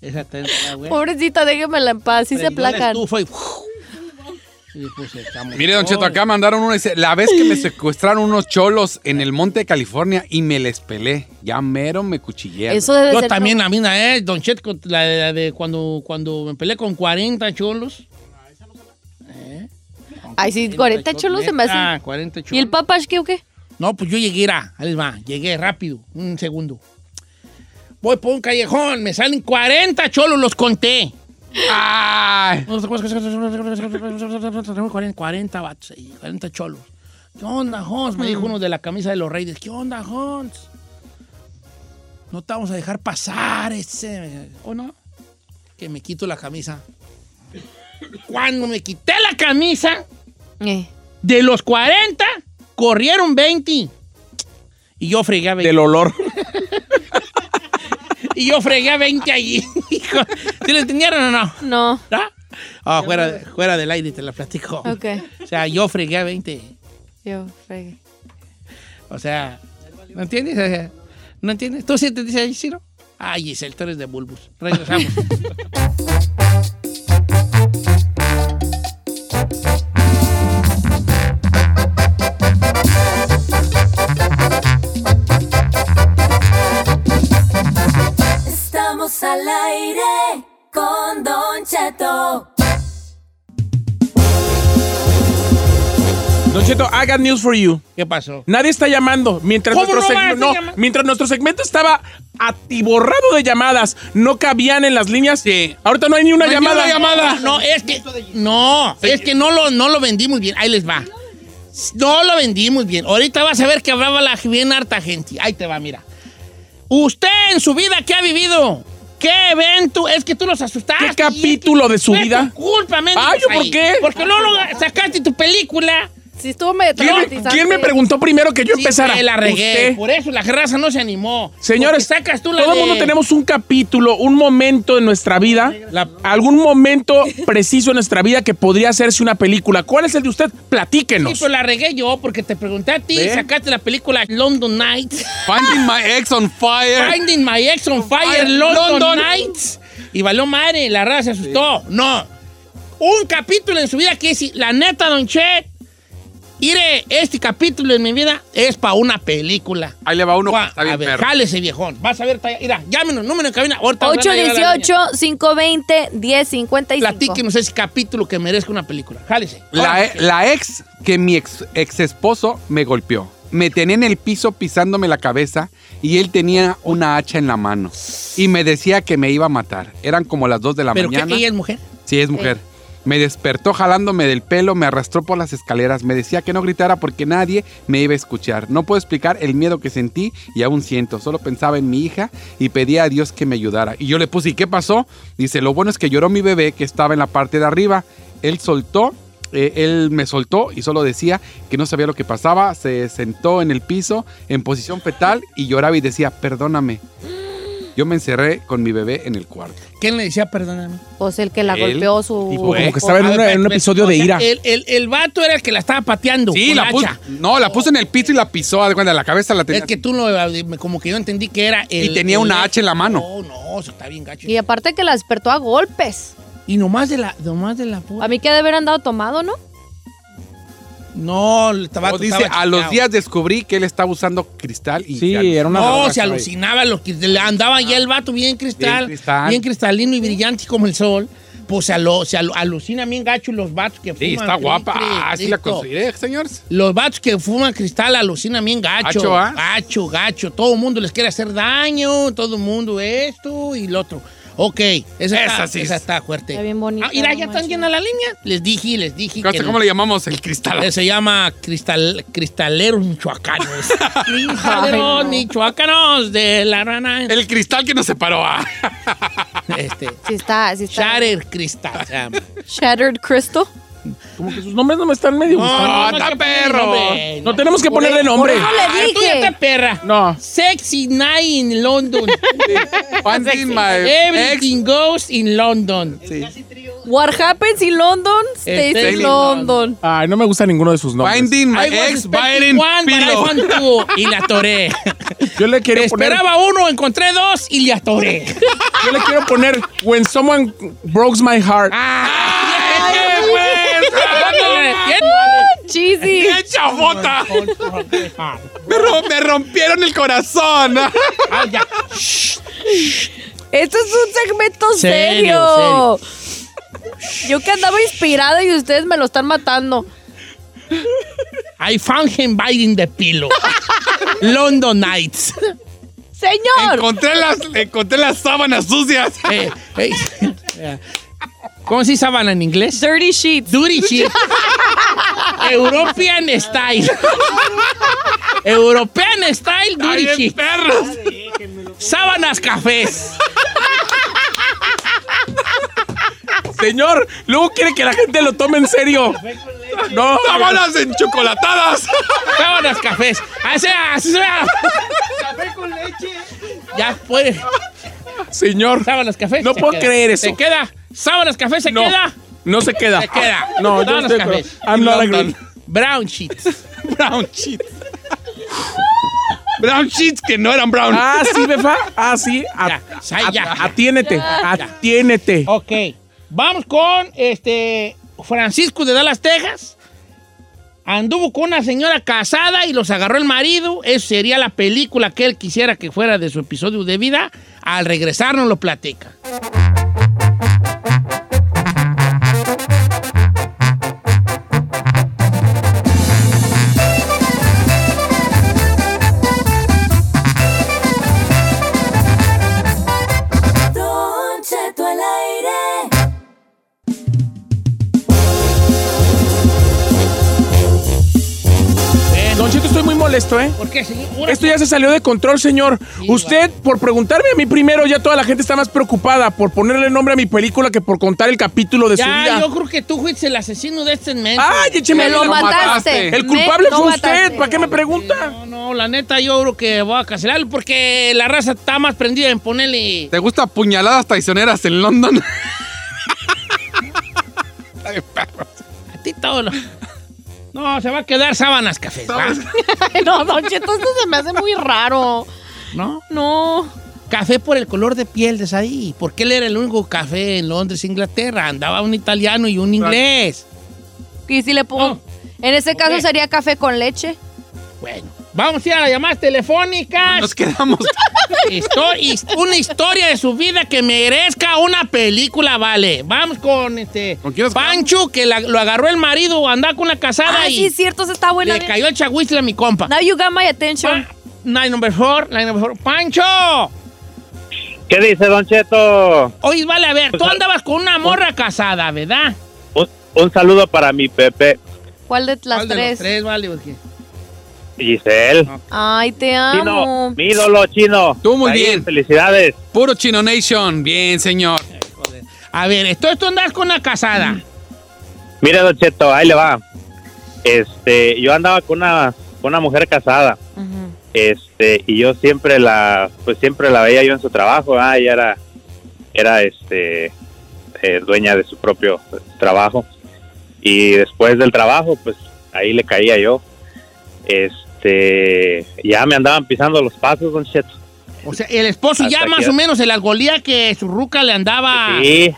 [SPEAKER 1] Esa está en la güey.
[SPEAKER 2] Pobrecita, déjenmela en paz, sí se
[SPEAKER 1] Prendió la
[SPEAKER 2] aplacan.
[SPEAKER 1] estufa y- Y pues estamos
[SPEAKER 3] Mire, don
[SPEAKER 1] todos.
[SPEAKER 3] Cheto, acá mandaron uno. Dice: La vez que me secuestraron unos cholos en el monte de California y me les pelé. Ya mero me cuchillearon.
[SPEAKER 2] Eso debe
[SPEAKER 1] Yo
[SPEAKER 2] ser.
[SPEAKER 1] también, a mí, eh, Don Cheto, la de, la de cuando, cuando me peleé con 40 cholos. ¿Eh? Con
[SPEAKER 2] Ay, sí, 40 cholos se me hacen-
[SPEAKER 1] neta, 40 cholos.
[SPEAKER 2] ¿Y el papash qué o qué?
[SPEAKER 1] No, pues yo llegué, a, ahí les va, llegué rápido, un segundo. Voy por un callejón, me salen 40 cholos, los conté.
[SPEAKER 3] ¡Ay!
[SPEAKER 1] 40, 40 vatos ahí, 40 cholos. ¿Qué onda, Jones? Me dijo uno de la camisa de los reyes. ¿Qué onda, Jones? No te vamos a dejar pasar ese. ¿O no? Que me quito la camisa. Cuando me quité la camisa,
[SPEAKER 2] Eh.
[SPEAKER 1] de los 40, corrieron 20. Y yo fregué a 20.
[SPEAKER 4] Del olor.
[SPEAKER 1] Y yo fregué a 20 allí. Hijo, ¿Sí lo entendieron o no?
[SPEAKER 2] No.
[SPEAKER 1] ¿No? Ah, fuera, de- fuera del aire te la platico.
[SPEAKER 2] Ok.
[SPEAKER 1] O sea, yo fregué a 20.
[SPEAKER 2] Yo fregué.
[SPEAKER 1] O sea, ¿no entiendes? O sea, ¿No entiendes? ¿Tú sí te dices ahí, Ciro? Ay, Giselle, tú eres de Bulbus. Regresamos.
[SPEAKER 5] Estamos al aire con Don Cheto.
[SPEAKER 4] Don Cheto, I got news for you.
[SPEAKER 1] ¿Qué pasó?
[SPEAKER 4] Nadie está llamando. Mientras
[SPEAKER 1] ¿Cómo
[SPEAKER 4] nuestro,
[SPEAKER 1] no van a
[SPEAKER 4] segmento,
[SPEAKER 1] estar llamando?
[SPEAKER 4] mientras nuestro segmento estaba atiborrado de llamadas, no cabían en las líneas. Ahorita no hay ni una llamada.
[SPEAKER 1] No, es que. No, es que no lo, no lo vendimos bien. Ahí les va. No lo vendimos bien. Ahorita vas a ver que hablaba la, bien harta gente. Ahí te va, mira. Usted en su vida, ¿qué ha vivido? ¿Qué evento? Es que tú nos asustaste.
[SPEAKER 4] ¿Qué capítulo de su
[SPEAKER 1] Fue tu
[SPEAKER 4] vida?
[SPEAKER 1] culpa, men.
[SPEAKER 4] Ay, ¿yo por
[SPEAKER 1] Ahí.
[SPEAKER 4] qué?
[SPEAKER 1] Porque no lo sacaste tu película.
[SPEAKER 2] Si estuvo medio
[SPEAKER 4] ¿Quién, me-
[SPEAKER 2] traumatizante.
[SPEAKER 4] quién me preguntó primero que yo
[SPEAKER 1] Sí,
[SPEAKER 4] empezara?
[SPEAKER 1] te la regué.
[SPEAKER 4] Usted.
[SPEAKER 1] Por eso la raza no se animó.
[SPEAKER 4] Señores,
[SPEAKER 1] Porque sacas tú la
[SPEAKER 4] todo el
[SPEAKER 1] de-
[SPEAKER 4] mundo tenemos un capítulo, un momento en nuestra vida,
[SPEAKER 1] La-
[SPEAKER 4] algún momento preciso en nuestra vida que podría hacerse una película. ¿Cuál es el de usted?
[SPEAKER 1] Sí,
[SPEAKER 4] Platíquenos.
[SPEAKER 1] pero la regué yo porque te pregunté a ti.
[SPEAKER 4] ¿Ve?
[SPEAKER 1] Sacaste la película London Nights.
[SPEAKER 3] Finding my ex on fire.
[SPEAKER 1] Finding My Ex on Fire,
[SPEAKER 3] Fire,
[SPEAKER 1] London,
[SPEAKER 3] London.
[SPEAKER 1] Nights. Y valió madre, la raza se asustó. No. Un capítulo en su vida que es, la neta, Don Chet. Mire, este capítulo en mi vida es para una película.
[SPEAKER 3] Ahí le va uno.
[SPEAKER 1] Gua-
[SPEAKER 3] Está bien,
[SPEAKER 1] a ver,
[SPEAKER 3] perro.
[SPEAKER 1] jálese, viejón. Vas a ver, talla- mira, llámenos, número en cabina. Ahorita van a llegar a la línea.
[SPEAKER 2] 818-520-1055.
[SPEAKER 1] Platíquenos ese capítulo que merezca una película. Jálese.
[SPEAKER 3] La,
[SPEAKER 1] Ahora,
[SPEAKER 3] e- la ex que mi ex, ex esposo me golpeó. Me tenía en el piso pisándome la cabeza y él tenía una hacha en la mano. Y me decía que me iba a matar. Eran como las 2 de la
[SPEAKER 1] ¿Pero que
[SPEAKER 3] mañana.
[SPEAKER 1] ella es mujer?
[SPEAKER 3] Sí, es mujer. Me despertó jalándome del pelo, me arrastró por las escaleras, me decía que no gritara porque nadie me iba a escuchar. No puedo explicar el miedo que sentí y aún siento. Solo pensaba en mi hija y pedía a Dios que me ayudara. Y yo le puse, ¿y qué pasó? Dice, lo bueno es que lloró mi bebé que estaba en la parte de arriba. Él soltó, eh, él me soltó y solo decía que no sabía lo que pasaba. Se sentó en el piso en posición fetal y lloraba y decía, perdóname. Yo me encerré con mi bebé en el cuarto.
[SPEAKER 1] ¿Quién le decía perdóname?
[SPEAKER 2] Pues el que la
[SPEAKER 3] Él.
[SPEAKER 2] golpeó su.
[SPEAKER 3] Y
[SPEAKER 4] Como
[SPEAKER 3] fue.
[SPEAKER 4] que estaba en,
[SPEAKER 1] A ver,
[SPEAKER 4] una- en un
[SPEAKER 1] espérate,
[SPEAKER 4] episodio
[SPEAKER 1] o
[SPEAKER 4] de
[SPEAKER 1] sea,
[SPEAKER 4] ira.
[SPEAKER 1] El, el- el vato era el que la estaba pateando.
[SPEAKER 3] Sí,
[SPEAKER 1] con
[SPEAKER 3] la puso.
[SPEAKER 1] hacha.
[SPEAKER 3] No, la puso en el piso y la pisó. haz de cuenta, la cabeza la tenía.
[SPEAKER 1] Es que tú no, como que yo entendí que era el-
[SPEAKER 3] Y tenía
[SPEAKER 1] el-
[SPEAKER 3] una hacha en la mano.
[SPEAKER 1] No, no, eso está bien gacho.
[SPEAKER 2] Y aparte que la despertó a golpes.
[SPEAKER 1] Y nomás de la, nomás de la puta.
[SPEAKER 2] A mí que ha de haber andado tomado, ¿no?
[SPEAKER 1] No, el
[SPEAKER 3] O
[SPEAKER 1] tabaco
[SPEAKER 3] dice,
[SPEAKER 1] estaba
[SPEAKER 3] a los
[SPEAKER 1] chingado".
[SPEAKER 3] días descubrí que él estaba usando cristal y
[SPEAKER 4] Sí,
[SPEAKER 3] ya-
[SPEAKER 4] era una
[SPEAKER 1] No,
[SPEAKER 4] droga,
[SPEAKER 1] se
[SPEAKER 4] caray.
[SPEAKER 1] alucinaba, los que le andaba ya el vato bien cristal, bien,
[SPEAKER 3] Bien cristal.
[SPEAKER 1] cristalino y brillante como el sol. Pues se, alo- se alo- alucina bien gacho los vatos que
[SPEAKER 3] Sí,
[SPEAKER 1] fuman.
[SPEAKER 3] está
[SPEAKER 1] cri-
[SPEAKER 3] guapa.
[SPEAKER 1] cri-
[SPEAKER 3] Ah, sí la
[SPEAKER 1] cristo.
[SPEAKER 3] conseguiré, señores.
[SPEAKER 1] Los vatos que fuman cristal alucinan bien gacho.
[SPEAKER 3] Gacho, ¿ah?
[SPEAKER 1] Gacho, gacho. Todo el mundo les quiere hacer daño. Todo el mundo esto y lo otro. Ok, esa,
[SPEAKER 3] Esa
[SPEAKER 1] está,
[SPEAKER 3] sí
[SPEAKER 1] esa
[SPEAKER 3] es.
[SPEAKER 1] está fuerte.
[SPEAKER 2] Está bien bonita,
[SPEAKER 1] Ah, mira,
[SPEAKER 2] no
[SPEAKER 1] ya están
[SPEAKER 2] manches.
[SPEAKER 1] llenas la línea. Les dije, les dije.
[SPEAKER 3] ¿Cómo
[SPEAKER 1] que no.
[SPEAKER 3] le llamamos el cristal?
[SPEAKER 1] Eh, Se llama cristal, Cristaleros Michoacanos. cristaleros Michoacanos de la rana.
[SPEAKER 3] El cristal que nos separó. ah.
[SPEAKER 1] Este,
[SPEAKER 2] Sí está, sí está.
[SPEAKER 1] Shatter Cristal. se llama.
[SPEAKER 2] Shattered Crystal.
[SPEAKER 4] Como que sus nombres no me están medio gustando.
[SPEAKER 3] no,
[SPEAKER 1] hay
[SPEAKER 3] está
[SPEAKER 1] que ponerle
[SPEAKER 3] perro.
[SPEAKER 1] nombre,
[SPEAKER 4] No tenemos que ponerle nombre.
[SPEAKER 2] por eso- le
[SPEAKER 1] Ah, tú ya
[SPEAKER 2] dije.
[SPEAKER 1] estás perra.
[SPEAKER 4] No.
[SPEAKER 1] Sexy Night in London.
[SPEAKER 3] Finding my ex.
[SPEAKER 1] Everything goes in London.
[SPEAKER 2] What happens in London stays
[SPEAKER 1] Stays
[SPEAKER 2] in
[SPEAKER 1] in
[SPEAKER 2] London.
[SPEAKER 4] Ay, no me gusta ninguno de sus nombres.
[SPEAKER 3] Finding my
[SPEAKER 1] I was
[SPEAKER 3] ex
[SPEAKER 1] expecting
[SPEAKER 3] Byron
[SPEAKER 1] one, but I
[SPEAKER 3] Pillow.
[SPEAKER 1] found two. Y la atoré.
[SPEAKER 4] Yo le quiero poner.
[SPEAKER 1] Esperaba uno, encontré dos y la atoré.
[SPEAKER 4] Yo le quiero
[SPEAKER 1] Ah.
[SPEAKER 4] poner When Someone Broke My Heart.
[SPEAKER 1] ¡Ay,
[SPEAKER 3] ¡Qué güey!
[SPEAKER 2] sí, sí.
[SPEAKER 3] ¡Qué chafota! Me, rom- me rompieron el corazón. Ah.
[SPEAKER 1] Ay, ya.
[SPEAKER 2] Esto es un segmento
[SPEAKER 1] Serio,
[SPEAKER 2] serio. Yo que andaba inspirada y ustedes me lo están matando.
[SPEAKER 1] I found him biting the pillow. London Nights.
[SPEAKER 2] Señor,
[SPEAKER 3] encontré, las, encontré las sábanas sucias.
[SPEAKER 1] Eh, eh, eh. ¿Cómo se dice sábana en inglés?
[SPEAKER 2] dirty sheets.
[SPEAKER 1] Duty shit. European style. European style duty
[SPEAKER 3] ¡Ay,
[SPEAKER 1] shit.
[SPEAKER 3] perros!
[SPEAKER 1] Sábanas cafés.
[SPEAKER 4] Señor, luego quiere que la gente lo tome en serio. No,
[SPEAKER 3] ¡Sábanas enchocolatadas!
[SPEAKER 1] Sábanas cafés. Así, así sea. Ya puede.
[SPEAKER 4] señor.
[SPEAKER 1] Sábanas cafés.
[SPEAKER 4] No
[SPEAKER 1] se
[SPEAKER 4] puedo
[SPEAKER 1] queda.
[SPEAKER 4] creer eso.
[SPEAKER 1] Se queda. Sábanas cafés se
[SPEAKER 4] No,
[SPEAKER 1] queda.
[SPEAKER 4] no se queda.
[SPEAKER 1] Se queda.
[SPEAKER 4] No, yo
[SPEAKER 1] Sábanas
[SPEAKER 4] estoy con-
[SPEAKER 1] cafés.
[SPEAKER 4] I'm not agreeing.
[SPEAKER 1] Brown sheets.
[SPEAKER 3] Brown sheets. Brown sheets que no eran brown.
[SPEAKER 4] Ah, sí, befa. Ah, sí. A-
[SPEAKER 1] Ya, ya, ya.
[SPEAKER 4] Atiénete. Atiénete.
[SPEAKER 1] Ok. Vamos con este Francisco de Dallas, Texas. Anduvo con una señora casada y los agarró el marido. Esa sería la película que él quisiera que fuera de su episodio de vida. Al regresar nos lo platica.
[SPEAKER 5] Don Cheto al aire.
[SPEAKER 4] Don Cheto, estoy muy molesto, ¿eh?
[SPEAKER 1] ¿Por qué, señor? Una-
[SPEAKER 4] Esto ya se salió de control, señor. Usted, por preguntarme a mí primero, ya toda la gente está más preocupada por ponerle nombre a mi película que por contar el capítulo de su
[SPEAKER 1] Ya,
[SPEAKER 4] vida. Ah.
[SPEAKER 1] yo creo que tú fuiste el asesino de este men.
[SPEAKER 4] ¡Ay, écheme
[SPEAKER 2] Me
[SPEAKER 4] a
[SPEAKER 2] lo
[SPEAKER 4] mí la-
[SPEAKER 2] mataste.
[SPEAKER 4] El
[SPEAKER 2] Me
[SPEAKER 4] culpable
[SPEAKER 2] lo
[SPEAKER 4] fue
[SPEAKER 2] mataste.
[SPEAKER 4] usted. ¿Para qué me pregunta?
[SPEAKER 1] No, no, la neta yo creo que voy a cancelarlo porque la raza está más prendida en ponerle...
[SPEAKER 3] ¿Te gusta puñaladas traicioneras en London?
[SPEAKER 1] A ti todo lo- No, se va a quedar sábanas cafés, ¿va?
[SPEAKER 2] Ay, No, Don Cheto, esto se me hace muy raro.
[SPEAKER 1] ¿no?
[SPEAKER 2] No.
[SPEAKER 1] Café por el color de piel de Saí, porque él era el único café en Londres, Inglaterra. Andaba un italiano y un inglés.
[SPEAKER 2] Y si le pongo.
[SPEAKER 1] No.
[SPEAKER 2] En ese caso
[SPEAKER 1] Ok.
[SPEAKER 2] sería café con leche.
[SPEAKER 1] Bueno, vamos a ir a las llamadas telefónicas.
[SPEAKER 3] Nos quedamos.
[SPEAKER 1] Histo- his- una historia de su vida que merezca una película, vale. Vamos con este
[SPEAKER 3] ¿Con quién nos
[SPEAKER 1] Pancho, que la- lo agarró el marido, andaba con una casada
[SPEAKER 2] Ah, sí,
[SPEAKER 1] y
[SPEAKER 2] es cierto, esa está buena.
[SPEAKER 1] le cayó Ah. el chagüisle a mi compa.
[SPEAKER 2] Now you got my attention.
[SPEAKER 1] Pa- Line number four, line number four. ¡Pancho!
[SPEAKER 6] ¿Qué dice Don Cheto?
[SPEAKER 1] Oye, vale, a ver, tú
[SPEAKER 6] Pues,
[SPEAKER 1] andabas con una morra casada, ¿verdad?
[SPEAKER 6] Un, un saludo para mi Pepe
[SPEAKER 2] ¿Cuál de las
[SPEAKER 1] ¿Cuál de los
[SPEAKER 2] tres?
[SPEAKER 1] tres, vale? Porque-
[SPEAKER 6] Giselle.
[SPEAKER 2] Ay, te
[SPEAKER 6] Chino,
[SPEAKER 2] amo.
[SPEAKER 6] mi ídolo chino.
[SPEAKER 3] Tú muy
[SPEAKER 6] Ahí,
[SPEAKER 3] bien.
[SPEAKER 6] Felicidades.
[SPEAKER 3] Puro Chino Nation. Bien, señor.
[SPEAKER 1] A ver, esto tú andas con una casada.
[SPEAKER 6] Mire, Don Cheto, ahí le va. Este, yo andaba con una, con una mujer casada.
[SPEAKER 2] Ujú.
[SPEAKER 6] Este, y yo siempre la, pues siempre la veía yo en su trabajo. Ah, ella era, era este, eh, dueña de su propio pues, trabajo. Y después del trabajo, pues ahí le caía yo. Este, ya me andaban pisando los pasos, Don Cheto.
[SPEAKER 1] O sea, el esposo
[SPEAKER 6] Hasta
[SPEAKER 1] ya
[SPEAKER 6] que
[SPEAKER 1] más
[SPEAKER 6] ya-
[SPEAKER 1] o menos se las golía que su ruca le andaba,
[SPEAKER 6] Sí,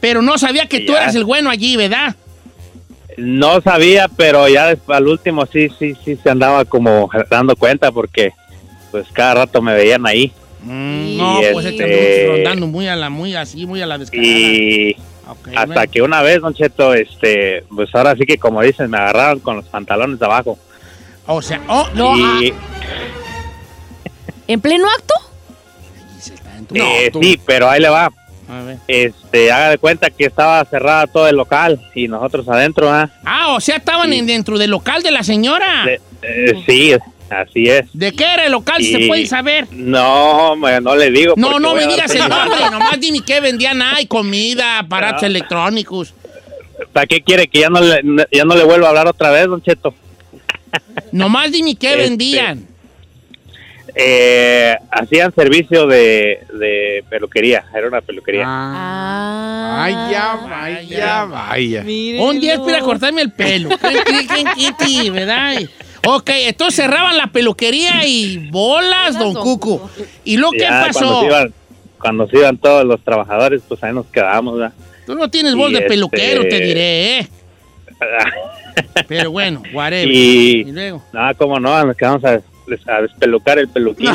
[SPEAKER 1] pero no sabía que tú
[SPEAKER 6] Ya.
[SPEAKER 1] eras el bueno allí, ¿verdad?
[SPEAKER 6] No sabía, pero ya des- al último sí, sí, sí se andaba como dando cuenta porque pues cada rato me veían ahí
[SPEAKER 1] Mm,
[SPEAKER 2] Y
[SPEAKER 1] no, pues
[SPEAKER 6] este-
[SPEAKER 1] este andando muy a la muy así, muy a la descarada.
[SPEAKER 6] y
[SPEAKER 1] Ok,
[SPEAKER 6] hasta
[SPEAKER 1] bueno.
[SPEAKER 6] que una vez, Don Cheto, este, pues ahora sí que como dicen, me agarraron con los pantalones de abajo
[SPEAKER 1] O sea, oh, no.
[SPEAKER 6] y
[SPEAKER 2] ¿En pleno acto?
[SPEAKER 6] eh, sí, pero ahí le va,
[SPEAKER 1] A ver.
[SPEAKER 6] este, haga de cuenta que estaba cerrada todo el local y nosotros adentro, ah,
[SPEAKER 1] Ah, o sea, estaban
[SPEAKER 6] Sí.
[SPEAKER 1] en- dentro del local de la señora.
[SPEAKER 6] De- eh, sí, así es,
[SPEAKER 1] ¿De qué era el local? Si se
[SPEAKER 6] Sí.
[SPEAKER 1] puede saber.
[SPEAKER 6] no, me- no le digo,
[SPEAKER 1] No,
[SPEAKER 6] porque
[SPEAKER 1] no
[SPEAKER 6] voy
[SPEAKER 1] me
[SPEAKER 6] a dar
[SPEAKER 1] digas el
[SPEAKER 6] señal.
[SPEAKER 1] nombre, nomás dime qué vendían. Ay, comida, aparatos
[SPEAKER 6] No.
[SPEAKER 1] electrónicos.
[SPEAKER 6] ¿Para qué quiere que ya no le, ya no le vuelva a hablar otra vez, Don Cheto?
[SPEAKER 1] Nomás dime qué
[SPEAKER 6] Este,
[SPEAKER 1] vendían.
[SPEAKER 6] Eh, hacían servicio de, de peluquería, era una peluquería.
[SPEAKER 2] Ah.
[SPEAKER 3] Ay, ya, vaya, vaya.
[SPEAKER 1] Un día es para cortarme el pelo. Crin, crin, crin, crin, crin, ¿verdad? Y- Ok, entonces cerraban la peluquería y bolas, don
[SPEAKER 2] don
[SPEAKER 1] Cuco. ¿Y lo que
[SPEAKER 6] Ya
[SPEAKER 1] pasó?
[SPEAKER 6] Cuando se, iban, cuando se iban todos los trabajadores, pues ahí nos quedábamos. ¿verdad?
[SPEAKER 1] Tú no tienes
[SPEAKER 6] Y
[SPEAKER 1] voz de
[SPEAKER 6] este-
[SPEAKER 1] peluquero, te diré, ¿eh? Pero bueno, whatever.
[SPEAKER 6] Y-
[SPEAKER 1] y luego.
[SPEAKER 6] No, cómo no, nos quedamos a, des- a despelucar el peluquín.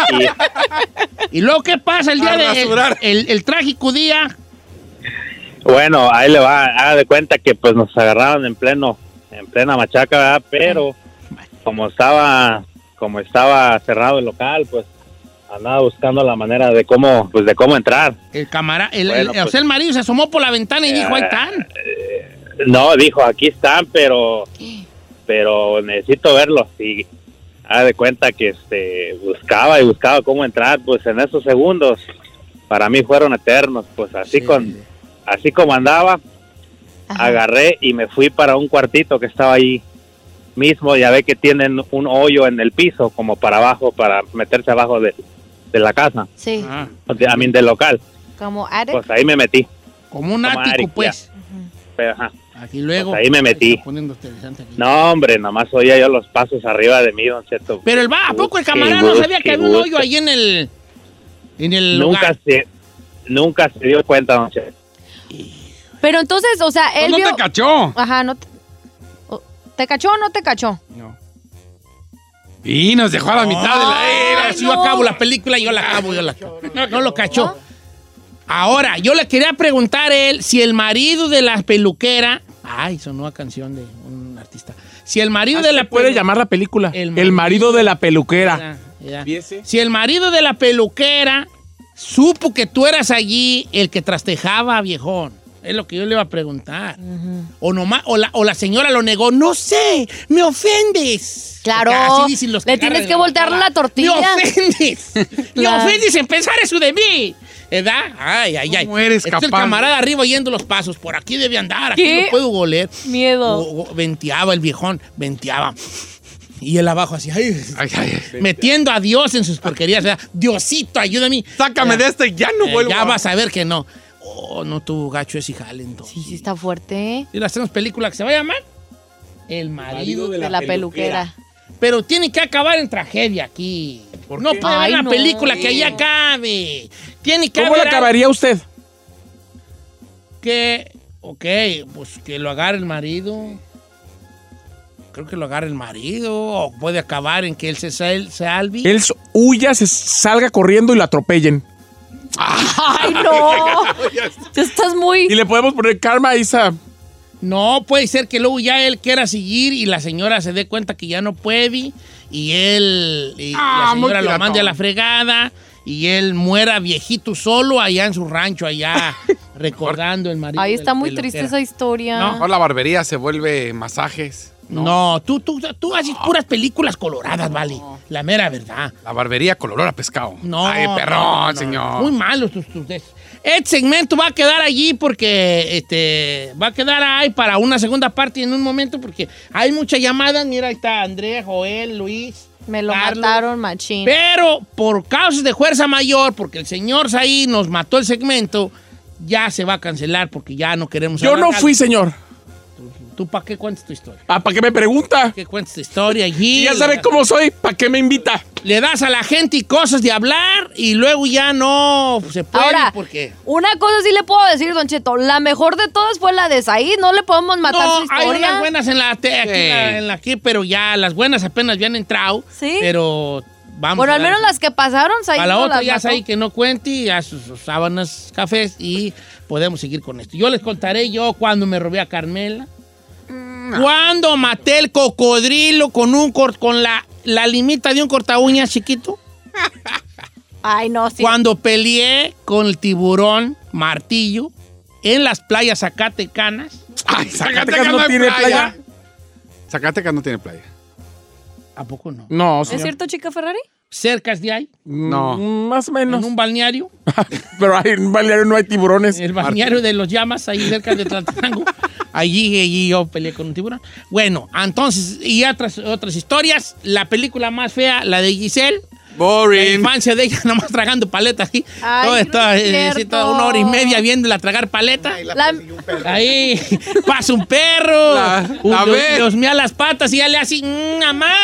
[SPEAKER 6] Y
[SPEAKER 1] ¿Y luego qué pasa el día
[SPEAKER 3] A
[SPEAKER 1] de
[SPEAKER 3] rasurar.
[SPEAKER 1] el, el- el trágico día?
[SPEAKER 6] bueno, ahí le va, haga de cuenta que pues nos agarraron en pleno, en plena machaca, ¿verdad? Pero como estaba, como estaba cerrado el local, pues andaba buscando la manera de cómo, pues de cómo entrar.
[SPEAKER 1] El camarada, el,
[SPEAKER 6] Bueno,
[SPEAKER 1] el- o sea,
[SPEAKER 6] pues.
[SPEAKER 1] el marido se asomó por la ventana y dijo, ahí están.
[SPEAKER 6] Eh, No, dijo, aquí están, pero, pero necesito verlos. Y haga de cuenta que este buscaba y buscaba cómo entrar, pues en esos segundos para mí fueron eternos, pues así
[SPEAKER 1] Sí.
[SPEAKER 6] con, así como andaba,
[SPEAKER 2] Ajá.
[SPEAKER 6] agarré y me fui para un cuartito que estaba ahí mismo. Ya ve que tienen un hoyo en el piso, como para abajo, para meterse abajo de, de la casa,
[SPEAKER 2] Sí,
[SPEAKER 1] Ah,
[SPEAKER 6] o sea, a mí del local.
[SPEAKER 2] como Arek.
[SPEAKER 6] Pues ahí me metí.
[SPEAKER 1] como un
[SPEAKER 6] Como
[SPEAKER 1] ático,
[SPEAKER 6] Arequia.
[SPEAKER 1] pues.
[SPEAKER 6] Pero, ajá.
[SPEAKER 1] Aquí luego.
[SPEAKER 6] Pues ahí me metí.
[SPEAKER 1] Está poniendo interesante aquí.
[SPEAKER 6] No, hombre, nomás oía yo los pasos arriba de mí, don Cheto.
[SPEAKER 1] Pero el va, ¿a poco el
[SPEAKER 6] Busque,
[SPEAKER 1] camarada no
[SPEAKER 6] busque,
[SPEAKER 1] sabía que había un
[SPEAKER 6] busque.
[SPEAKER 1] hoyo ahí en el. En el.
[SPEAKER 6] Nunca
[SPEAKER 1] lugar?
[SPEAKER 6] se, nunca se dio cuenta, don Cheto.
[SPEAKER 2] Pero entonces, o sea,
[SPEAKER 1] Pues
[SPEAKER 2] él
[SPEAKER 3] no
[SPEAKER 2] vio...
[SPEAKER 3] te cachó.
[SPEAKER 2] Ajá, no te... o- ¿Te cachó o no te cachó?
[SPEAKER 3] Y nos dejó a la mitad de la...
[SPEAKER 1] Ay,
[SPEAKER 2] era.
[SPEAKER 1] no, si yo acabo la película, yo la acabo, yo la acabo. No lo cachó. Ahora, yo le quería preguntar a él si el marido de la peluquera. Ay, sonó a canción de un artista. Si el marido de la
[SPEAKER 4] Ah, puede
[SPEAKER 1] pelu-
[SPEAKER 4] llamar la película?
[SPEAKER 1] El
[SPEAKER 4] El
[SPEAKER 1] marido.
[SPEAKER 4] marido, de la peluquera.
[SPEAKER 1] Ya, ya.
[SPEAKER 4] Viese.
[SPEAKER 1] Si el marido de la peluquera supo que tú eras allí el que trastejaba, viejón. Es lo que yo le iba a preguntar. O nomás, o la, o la señora lo negó. No sé, me ofendes.
[SPEAKER 2] Claro,
[SPEAKER 1] Porque así dicen los
[SPEAKER 2] le
[SPEAKER 1] agarran
[SPEAKER 2] tienes que
[SPEAKER 1] la
[SPEAKER 2] voltear
[SPEAKER 1] patada.
[SPEAKER 2] la tortilla.
[SPEAKER 1] Me ofendes. me
[SPEAKER 2] Claro.
[SPEAKER 1] ofendes en pensar eso de mí. ¿Verdad? Ay, ay, ay.
[SPEAKER 3] ¿Cómo eres
[SPEAKER 1] Está el
[SPEAKER 3] capaz?
[SPEAKER 1] camarada arriba oyendo los pasos. Por aquí debe andar, aquí
[SPEAKER 2] ¿Qué?
[SPEAKER 1] lo puedo oler.
[SPEAKER 2] Miedo.
[SPEAKER 1] O- o- venteaba el viejón, venteaba. Y él abajo así, ay,
[SPEAKER 3] Ay, ay, ay.
[SPEAKER 1] metiendo a Dios en sus porquerías. ¿verdad? Diosito, ayúdame.
[SPEAKER 3] Sácame de esta y ya no
[SPEAKER 1] Eh,
[SPEAKER 3] vuelvo.
[SPEAKER 1] ya
[SPEAKER 3] a-
[SPEAKER 1] vas a ver que no. Oh, no tuvo gacho ese jale entonces.
[SPEAKER 2] Sí, sí está fuerte, ¿eh?
[SPEAKER 1] Y le hacemos película que se va a llamar El marido de
[SPEAKER 2] De la peluquera.
[SPEAKER 1] Pero tiene que acabar en tragedia aquí. no
[SPEAKER 4] qué?
[SPEAKER 1] puede haber
[SPEAKER 2] Ay,
[SPEAKER 1] la
[SPEAKER 2] no.
[SPEAKER 1] película que allá acabe. Tiene que
[SPEAKER 4] ¿Cómo la
[SPEAKER 1] haber algo
[SPEAKER 4] acabaría usted?
[SPEAKER 1] que. Ok, pues que lo agarre el marido. Creo que lo agarre el marido. O puede acabar en que él se, sal- se albi.
[SPEAKER 4] Él s- huya, se salga corriendo y lo atropellen.
[SPEAKER 2] ¡Ay, no! Tú estás muy...
[SPEAKER 4] Y le podemos poner karma Isa.
[SPEAKER 1] No, puede ser que luego ya él quiera seguir y la señora se dé cuenta que ya no puede y él y
[SPEAKER 3] Ah,
[SPEAKER 1] la
[SPEAKER 3] muy
[SPEAKER 1] señora lo
[SPEAKER 3] piratón.
[SPEAKER 1] mande a la fregada y él muera viejito solo allá en su rancho allá recordando el marido.
[SPEAKER 2] Ahí
[SPEAKER 1] de la
[SPEAKER 2] está muy
[SPEAKER 1] peluquera.
[SPEAKER 2] triste esa historia.
[SPEAKER 1] No,
[SPEAKER 3] Mejor la barbería se vuelve masajes.
[SPEAKER 1] No, tú, tú, tú haces puras películas coloradas, vale. La mera verdad.
[SPEAKER 3] La barbería con olor a pescado.
[SPEAKER 1] No.
[SPEAKER 3] Ay, perrón,
[SPEAKER 1] no, no, no.
[SPEAKER 3] señor.
[SPEAKER 1] Muy malos tus, tus de- Este segmento va a quedar allí porque este, va a quedar ahí para una segunda parte en un momento porque hay muchas llamadas. Mira, ahí está Andrea, Joel, Luis.
[SPEAKER 2] Me lo
[SPEAKER 1] Carlos.
[SPEAKER 2] mataron, machín.
[SPEAKER 1] Pero por causas de fuerza mayor, porque el señor Saí nos mató el segmento, ya se va a cancelar porque ya no queremos
[SPEAKER 4] Yo no
[SPEAKER 1] abarcar.
[SPEAKER 4] fui, señor.
[SPEAKER 1] ¿Tú para qué cuentas tu historia?
[SPEAKER 4] Ah, ¿Para qué me pregunta?
[SPEAKER 1] ¿Qué cuentas tu historia allí?
[SPEAKER 4] Y ya sabe cómo soy. ¿Para qué me invita?
[SPEAKER 1] Le das a la gente y cosas de hablar y luego ya no se puede
[SPEAKER 2] Ahora,
[SPEAKER 1] porque...
[SPEAKER 2] una cosa sí le puedo decir, Don Cheto. La mejor de todas fue la de Said. No le podemos matar su
[SPEAKER 1] No, hay
[SPEAKER 2] historia.
[SPEAKER 1] unas buenas en la, te- aquí,
[SPEAKER 3] Sí.
[SPEAKER 1] la- en la aquí, pero ya las buenas apenas habían entrado.
[SPEAKER 2] Sí.
[SPEAKER 1] Pero vamos.
[SPEAKER 2] bueno,
[SPEAKER 1] a
[SPEAKER 2] al
[SPEAKER 1] dar-
[SPEAKER 2] menos las que pasaron, Said.
[SPEAKER 1] A la
[SPEAKER 2] no
[SPEAKER 1] otra
[SPEAKER 2] las
[SPEAKER 1] ya
[SPEAKER 2] mató.
[SPEAKER 1] es ahí que no cuente y a sus, sus sábanas cafés y podemos seguir con esto. Yo les contaré yo cuando me robé a Carmela.
[SPEAKER 2] Mm,
[SPEAKER 1] Cuando maté el cocodrilo con un cor- con la, la limita de un corta uñas chiquito.
[SPEAKER 2] Ay, no, sí.
[SPEAKER 1] Cuando peleé con el tiburón martillo en las playas Zacatecanas.
[SPEAKER 3] Ay,
[SPEAKER 4] Zacatecas no tiene playa.
[SPEAKER 3] Zacatecas no tiene playa.
[SPEAKER 1] ¿A poco no?
[SPEAKER 4] No,
[SPEAKER 2] ¿Es
[SPEAKER 4] señor.
[SPEAKER 2] cierto, chica Ferrari?
[SPEAKER 1] Cercas de ahí,
[SPEAKER 3] No.
[SPEAKER 4] Mm, Más o
[SPEAKER 1] en
[SPEAKER 4] menos.
[SPEAKER 1] un balneario.
[SPEAKER 4] Pero hay, en Balneario no hay tiburones.
[SPEAKER 1] El balneario de los llamas, ahí cerca de Tlatenango. allí, allí yo peleé con un tiburón. Bueno, entonces, y otras, otras historias. La película más fea, la de Giselle. La
[SPEAKER 3] Boring.
[SPEAKER 1] infancia de ella nomás tragando paletas aquí.
[SPEAKER 2] Ay,
[SPEAKER 1] todo
[SPEAKER 2] no
[SPEAKER 1] esto,
[SPEAKER 2] es
[SPEAKER 1] eh,
[SPEAKER 2] cierto.
[SPEAKER 1] sí, toda una hora y media viéndola tragar paletas.
[SPEAKER 2] La-
[SPEAKER 1] Ahí pasa un perro,
[SPEAKER 3] La-
[SPEAKER 1] un-
[SPEAKER 3] la
[SPEAKER 1] los-
[SPEAKER 3] ve.
[SPEAKER 1] los mea las patas y ya le hace, "Mm, ¡mamá!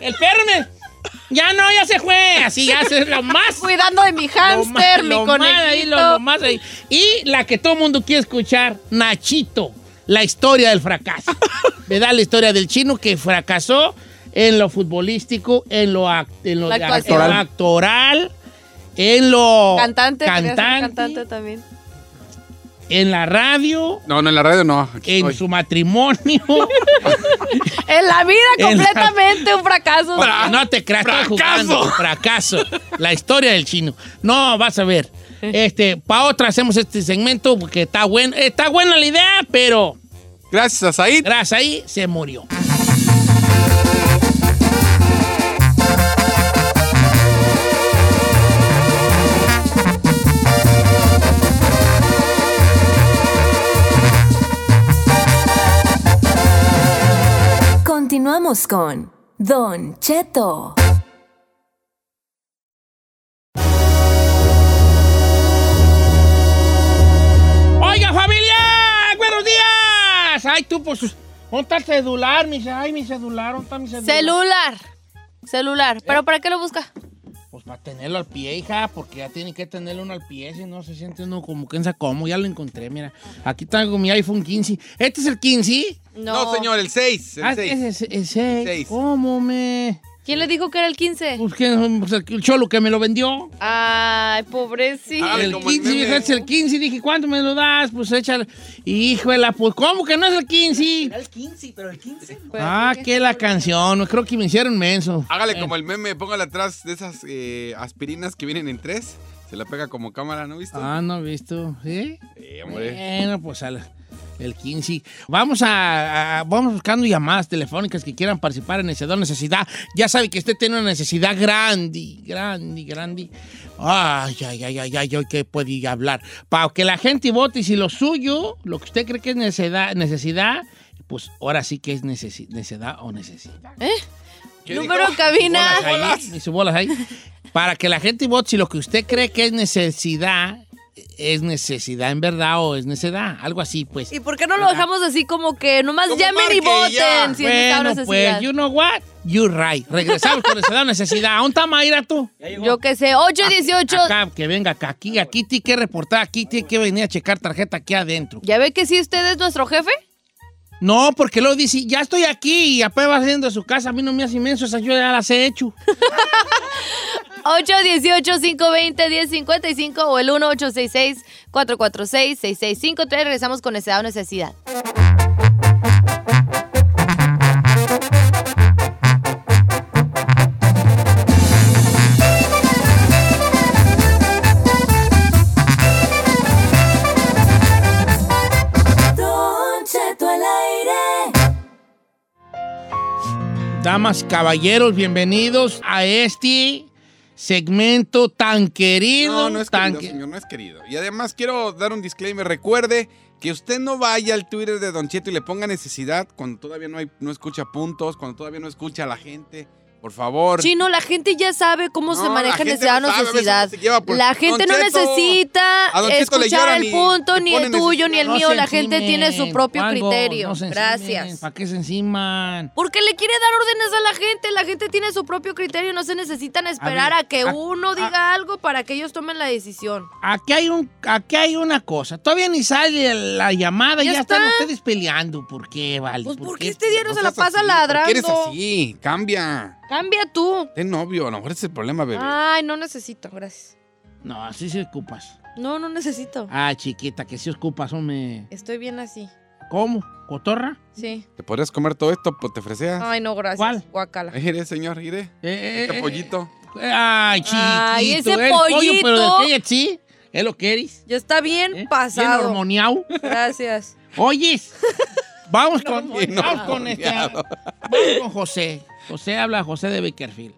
[SPEAKER 1] El perro me... Ya no, ya se fue. Así ya se lo más
[SPEAKER 2] Cuidando de mi
[SPEAKER 1] lo más-
[SPEAKER 2] hámster, mi
[SPEAKER 1] lo más ahí, lo-
[SPEAKER 2] conejito.
[SPEAKER 1] lo más ahí. Y la que todo el mundo quiere escuchar, Nachito. la historia del fracaso. ¿Verdad? La historia del chino que fracasó en lo futbolístico, en lo, ac- en lo
[SPEAKER 2] La
[SPEAKER 1] de-
[SPEAKER 2] actuación.
[SPEAKER 1] en lo actoral, en lo
[SPEAKER 2] Oh, Cantante, quería ser
[SPEAKER 1] cantante,
[SPEAKER 2] cantante también.
[SPEAKER 1] en la radio,
[SPEAKER 3] No, no, en la radio no. aquí
[SPEAKER 1] en
[SPEAKER 3] estoy.
[SPEAKER 1] su matrimonio.
[SPEAKER 2] En la vida
[SPEAKER 1] En la-
[SPEAKER 2] completamente un fracaso.
[SPEAKER 1] no te creas, estoy jugando. Fracaso. La historia del chino. No, vas a ver. Este, para otra hacemos este segmento porque está bueno. Está buena la idea, pero
[SPEAKER 3] Gracias a Said.
[SPEAKER 1] gracias ahí se murió.
[SPEAKER 5] Continuamos con Don Cheto.
[SPEAKER 1] ¡Oiga, familia! ¡Buenos días! Ay, tú, pues. ¿Dónde está el celular? Mi, ce- ay, mi celular, ¿dónde está mi celular?
[SPEAKER 2] Celular. Celular. ¿Pero para qué lo busca?
[SPEAKER 1] Pues para tenerlo al pie, hija, porque ya tiene que tenerlo uno al pie, si no se siente uno como que en cómo. Ya lo encontré, mira. Aquí tengo mi iPhone 15. ¿Este es el 15?
[SPEAKER 2] No.
[SPEAKER 3] No, señor, el 6. El
[SPEAKER 1] Ah,
[SPEAKER 3] 6.
[SPEAKER 1] ese es- es seis.
[SPEAKER 3] Seis.
[SPEAKER 1] ¿Cómo me...?
[SPEAKER 2] ¿Quién le dijo que era el 15?
[SPEAKER 1] Pues, ¿quién? Pues, el cholo que me lo vendió.
[SPEAKER 2] Ay, pobrecito.
[SPEAKER 3] Ah,
[SPEAKER 1] el
[SPEAKER 3] como el
[SPEAKER 1] 15,
[SPEAKER 3] meme.
[SPEAKER 1] es el 15. Dije, ¿cuánto me lo das? Pues échale. Híjole, pues, ¿cómo que no es el 15?
[SPEAKER 7] el 15, pero el 15.
[SPEAKER 1] Ah, que la canción. Creo que me hicieron menso.
[SPEAKER 3] Hágale
[SPEAKER 2] Eh.
[SPEAKER 3] como el meme, póngale atrás de esas eh, aspirinas que vienen en tres. Se la pega como cámara, ¿no viste?
[SPEAKER 1] Ah, no he visto. ¿Sí?
[SPEAKER 3] Sí, hombre.
[SPEAKER 1] Bueno, pues al, el 15. Vamos a, a- vamos buscando llamadas telefónicas que quieran participar en Necedad Necesidad. Ya sabe que usted tiene una necesidad grande, grande, grande. Ay, ay, ay, ay, ay, ay, que puede hablar. Para que la gente vote y si lo suyo, lo que usted cree que es necesidad, necesidad pues ahora sí que es necesi- necesidad o necesidad.
[SPEAKER 2] Número en cabina.
[SPEAKER 1] Bolas ahí, hizo bolas ahí. Para que la gente vote si lo que usted cree que es necesidad es necesidad en verdad o es necesidad. Algo así, pues.
[SPEAKER 2] ¿Y por qué no lo dejamos así como que nomás
[SPEAKER 3] Como
[SPEAKER 2] llamen y
[SPEAKER 3] marque y ya.
[SPEAKER 2] voten? Si necesitan
[SPEAKER 1] bueno,
[SPEAKER 2] necesidad.
[SPEAKER 1] pues, you know what? You're right. Regresamos con necesidad o necesidad. ¿A ¿Dónde está Mayra tú?
[SPEAKER 2] Yo qué sé, 818.
[SPEAKER 1] Acá, que venga acá. Aquí, aquí tiene que reportar. Aquí tiene que venir a checar tarjeta aquí adentro.
[SPEAKER 2] ¿Ya ve que sí usted es nuestro jefe?
[SPEAKER 1] No, porque luego dice, ya estoy aquí y apenas va haciendo su casa. A mí no me hace inmenso. Esas yo ya las he hecho.
[SPEAKER 2] 818-520-1055 o el 1-866-446-6653. Regresamos con necesidad o necesidad.
[SPEAKER 5] Don Cheto al aire.
[SPEAKER 1] Damas, caballeros, bienvenidos a este segmento tan querido.
[SPEAKER 3] No, no es
[SPEAKER 1] tan
[SPEAKER 3] querido,
[SPEAKER 1] que-
[SPEAKER 3] señor, no es querido. Y además quiero dar un disclaimer. Recuerde que usted no vaya al Twitter de Don Cheto y le ponga necesidad cuando todavía no, hay, no escucha puntos, cuando todavía no escucha a la gente. Por favor.
[SPEAKER 2] Chino, la gente ya sabe cómo
[SPEAKER 3] No,
[SPEAKER 2] se
[SPEAKER 3] la
[SPEAKER 2] maneja
[SPEAKER 3] gente
[SPEAKER 2] necesidad o
[SPEAKER 3] no sabe, a veces
[SPEAKER 2] necesidad.
[SPEAKER 3] se lleva por-
[SPEAKER 2] La gente
[SPEAKER 3] Don
[SPEAKER 2] no
[SPEAKER 3] Cheto,
[SPEAKER 2] necesita
[SPEAKER 3] a Don Cheto le
[SPEAKER 2] escuchar
[SPEAKER 3] lloran
[SPEAKER 2] el
[SPEAKER 3] y
[SPEAKER 2] punto,
[SPEAKER 3] le
[SPEAKER 2] ni el
[SPEAKER 3] ponen
[SPEAKER 2] tuyo, ni el
[SPEAKER 1] No
[SPEAKER 2] mío.
[SPEAKER 1] se
[SPEAKER 2] La gente tiene
[SPEAKER 1] encimen,
[SPEAKER 2] su propio
[SPEAKER 1] Juanjo,
[SPEAKER 2] criterio.
[SPEAKER 1] no se encimen,
[SPEAKER 2] Gracias.
[SPEAKER 1] ¿Para qué se enciman?
[SPEAKER 2] Porque le quiere dar órdenes a la gente. La gente tiene su propio criterio. No se necesitan esperar a,
[SPEAKER 1] ver,
[SPEAKER 2] que
[SPEAKER 1] a-
[SPEAKER 2] uno diga algo para que ellos tomen la decisión.
[SPEAKER 1] Aquí hay, un, aquí hay una cosa. Todavía ni sale la llamada y
[SPEAKER 2] Ya
[SPEAKER 1] ya, están
[SPEAKER 2] está.
[SPEAKER 1] ustedes peleando. ¿Por qué, Vale?
[SPEAKER 2] Pues porque
[SPEAKER 1] qué?
[SPEAKER 2] este día no, se la
[SPEAKER 3] seas
[SPEAKER 2] pasa
[SPEAKER 3] así, ¿por
[SPEAKER 2] ladrando.
[SPEAKER 3] qué eres así? Cambia.
[SPEAKER 2] Cambia tú.
[SPEAKER 3] Ten novio, a lo mejor ese es el problema, bebé.
[SPEAKER 2] Ay, no necesito, gracias.
[SPEAKER 1] No, así se ocupas.
[SPEAKER 2] No, no necesito.
[SPEAKER 1] Ah, chiquita, que si ocupas, hombre.
[SPEAKER 2] Estoy bien así.
[SPEAKER 1] ¿Cómo? ¿Cotorra?
[SPEAKER 2] Sí.
[SPEAKER 3] ¿Te podrías comer todo esto? Pues te freseas.
[SPEAKER 2] Ay, no, gracias.
[SPEAKER 1] ¿Cuál?
[SPEAKER 2] Guacala.
[SPEAKER 3] Ahí Iré, señor, iré.
[SPEAKER 1] Eh, eh,
[SPEAKER 3] Este
[SPEAKER 1] eh,
[SPEAKER 3] pollito.
[SPEAKER 1] eh, Ay, chiquito.
[SPEAKER 2] Ay, ese
[SPEAKER 1] eres pollo,
[SPEAKER 2] pollito.
[SPEAKER 1] pero de aquella sí. Es lo que eres.
[SPEAKER 2] Ya está bien
[SPEAKER 1] ¿eh? Bien
[SPEAKER 2] pasado.
[SPEAKER 1] hormoneado.
[SPEAKER 2] Gracias.
[SPEAKER 1] Oyes, vamos con,
[SPEAKER 3] Bien
[SPEAKER 1] vamos con este-
[SPEAKER 3] hormoneado.
[SPEAKER 1] vamos con José. José habla José de Bakerfield.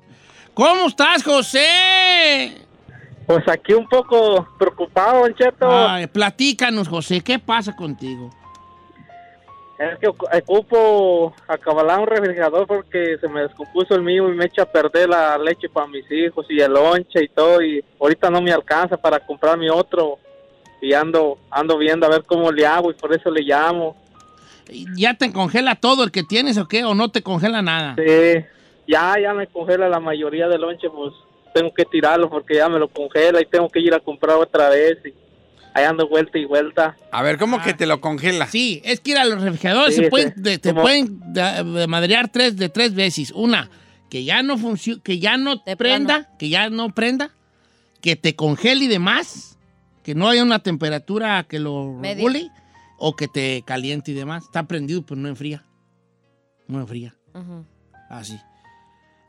[SPEAKER 1] ¿Cómo estás, José?
[SPEAKER 8] Pues aquí un poco preocupado, Don Cheto.
[SPEAKER 1] Ay, platícanos, José, ¿qué pasa contigo?
[SPEAKER 8] Es que ocu- ocupo acabalar un refrigerador porque se me descompuso el mío y me echa a perder la leche para mis hijos y el lonche y todo. Y ahorita no me alcanza para comprar mi otro. Y ando, ando viendo a ver cómo le hago y por eso le llamo.
[SPEAKER 1] ¿Ya te congela todo el que tienes o qué? ¿O no te congela nada?
[SPEAKER 8] Sí, ya, ya me congela la mayoría del lonche, pues tengo que tirarlo porque ya me lo congela y tengo que ir a comprar otra vez. y- ahí ando vuelta y vuelta.
[SPEAKER 3] A ver, ¿cómo
[SPEAKER 1] Ah.
[SPEAKER 3] que te lo congela?
[SPEAKER 1] Sí, es que ir a los refrigeradores
[SPEAKER 8] Sí,
[SPEAKER 1] se
[SPEAKER 8] sí.
[SPEAKER 1] pueden, de- te
[SPEAKER 8] Como-
[SPEAKER 1] pueden da- madrear tres, de tres veces. Una, que ya no funcione, que ya no
[SPEAKER 2] De
[SPEAKER 1] prenda,
[SPEAKER 2] plano.
[SPEAKER 1] que ya no prenda, que te congele y demás, que no haya una temperatura que lo
[SPEAKER 2] Media.
[SPEAKER 1] regule, o que te caliente y demás. Está prendido, pero no enfría. No enfría.
[SPEAKER 2] Ujú.
[SPEAKER 1] Así.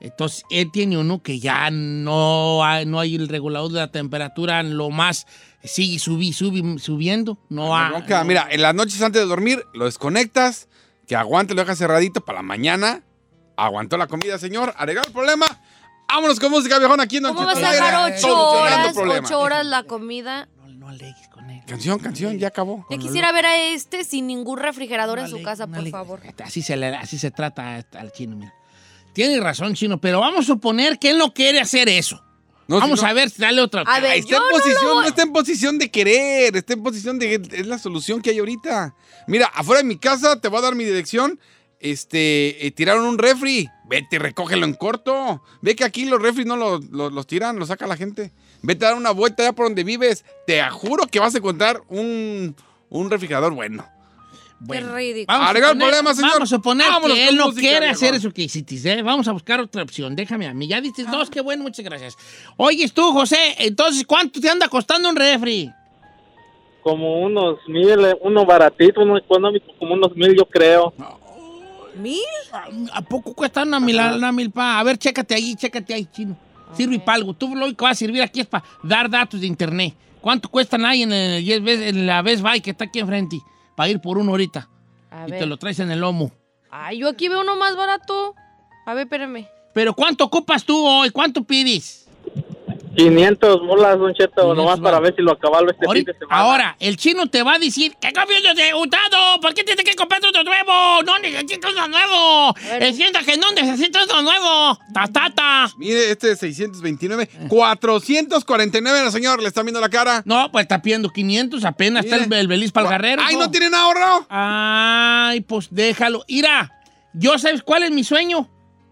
[SPEAKER 1] Entonces, él tiene uno que ya no hay, no hay el regulador de la temperatura, lo más sigue subí, subí, subiendo. No
[SPEAKER 3] La
[SPEAKER 1] ha-
[SPEAKER 3] bronca,
[SPEAKER 1] no-
[SPEAKER 3] Mira, en las noches antes de dormir lo desconectas, que aguante, lo dejas cerradito para la mañana. Aguantó la comida, señor. Arregló el problema. Vámonos con música, viejón. Aquí en Don
[SPEAKER 2] ¿Cómo
[SPEAKER 3] Cheto
[SPEAKER 2] vas a
[SPEAKER 3] al aire,
[SPEAKER 2] dejar ocho
[SPEAKER 3] solucionando
[SPEAKER 2] horas,
[SPEAKER 3] problemas.
[SPEAKER 2] ocho horas la comida?
[SPEAKER 1] No, no alegues con él.
[SPEAKER 3] Canción, canción, ya acabó.
[SPEAKER 2] Ya
[SPEAKER 1] Con
[SPEAKER 2] quisiera ver a este sin ningún refrigerador en su casa, por favor.
[SPEAKER 1] Así se, le- así se trata a- este, al chino, mira. Tiene razón, chino, pero vamos a suponer que él no quiere hacer eso.
[SPEAKER 3] No,
[SPEAKER 1] vamos
[SPEAKER 3] si no-
[SPEAKER 1] a ver, dale otra.
[SPEAKER 2] A ver,
[SPEAKER 3] Ahí está
[SPEAKER 2] yo
[SPEAKER 3] en
[SPEAKER 2] no lo
[SPEAKER 3] posición, no,
[SPEAKER 2] voy-
[SPEAKER 3] está en posición de querer, está en posición de es la solución que hay ahorita. Mira, afuera de mi casa te voy a dar mi dirección. Este, eh, tiraron un refri. Vete, recógelo en corto. Ve que aquí los refri no los, los- los tiran, los saca la gente. Vete a dar una vuelta allá por donde vives. Te juro que vas a encontrar un, un refrigerador bueno.
[SPEAKER 1] Bueno,
[SPEAKER 2] Qué ridículo.
[SPEAKER 1] vamos a
[SPEAKER 3] Arregla el
[SPEAKER 1] suponer-
[SPEAKER 3] problema, señor.
[SPEAKER 1] Vamos a suponer
[SPEAKER 3] Vámonos
[SPEAKER 1] que
[SPEAKER 3] con
[SPEAKER 1] él no
[SPEAKER 3] música,
[SPEAKER 1] quiere
[SPEAKER 3] viejo.
[SPEAKER 1] hacer eso que hiciste. ¿eh? Vamos a buscar otra opción. Déjame a mí. Ya
[SPEAKER 2] Ah.
[SPEAKER 1] dices dos, qué bueno, muchas gracias. Oyes tú, José, entonces, ¿cuánto te anda costando un refri?
[SPEAKER 8] Como unos mil, eh, uno baratito, uno económico, como unos mil yo creo.
[SPEAKER 2] ¿Mil?
[SPEAKER 1] ¿A- ¿A poco cuesta una mil, una milpa? A ver, chécate ahí, chécate ahí, chino. Sirve para algo. Tú lo que va a servir aquí es para dar datos de internet. ¿Cuánto cuestan ahí en, el, Yes Best- en la Best Buy que está aquí enfrente? Para ir por uno ahorita.
[SPEAKER 2] A
[SPEAKER 1] y te lo
[SPEAKER 2] ver.
[SPEAKER 1] traes en el lomo.
[SPEAKER 2] Ay, yo aquí veo uno más barato. A ver, espérame.
[SPEAKER 1] Pero ¿cuánto ocupas tú hoy? ¿Cuánto pides?
[SPEAKER 8] 500 bolas, un cheto,
[SPEAKER 1] 500
[SPEAKER 8] nomás para
[SPEAKER 1] bolas.
[SPEAKER 8] ver si lo acabalo este fin
[SPEAKER 1] Ahorita-
[SPEAKER 8] de semana.
[SPEAKER 1] ahora, el chino te va a decir que cambio de usado. ¿Por qué tienes que comprar uno nuevo? No necesito uno nuevo.
[SPEAKER 2] ver.
[SPEAKER 1] Encienda que no necesito uno nuevo. Tatata.
[SPEAKER 3] Mire, este es 629,
[SPEAKER 1] Eh.
[SPEAKER 3] 449, señor, le están viendo la cara.
[SPEAKER 1] No, pues está pidiendo 500, apenas está
[SPEAKER 3] Mire.
[SPEAKER 1] el, el Beliz para el guerrero.
[SPEAKER 3] Ay,
[SPEAKER 1] hijo.
[SPEAKER 3] no tienen ahorro.
[SPEAKER 1] Ay, pues déjalo. Mira, yo sabes cuál es mi sueño.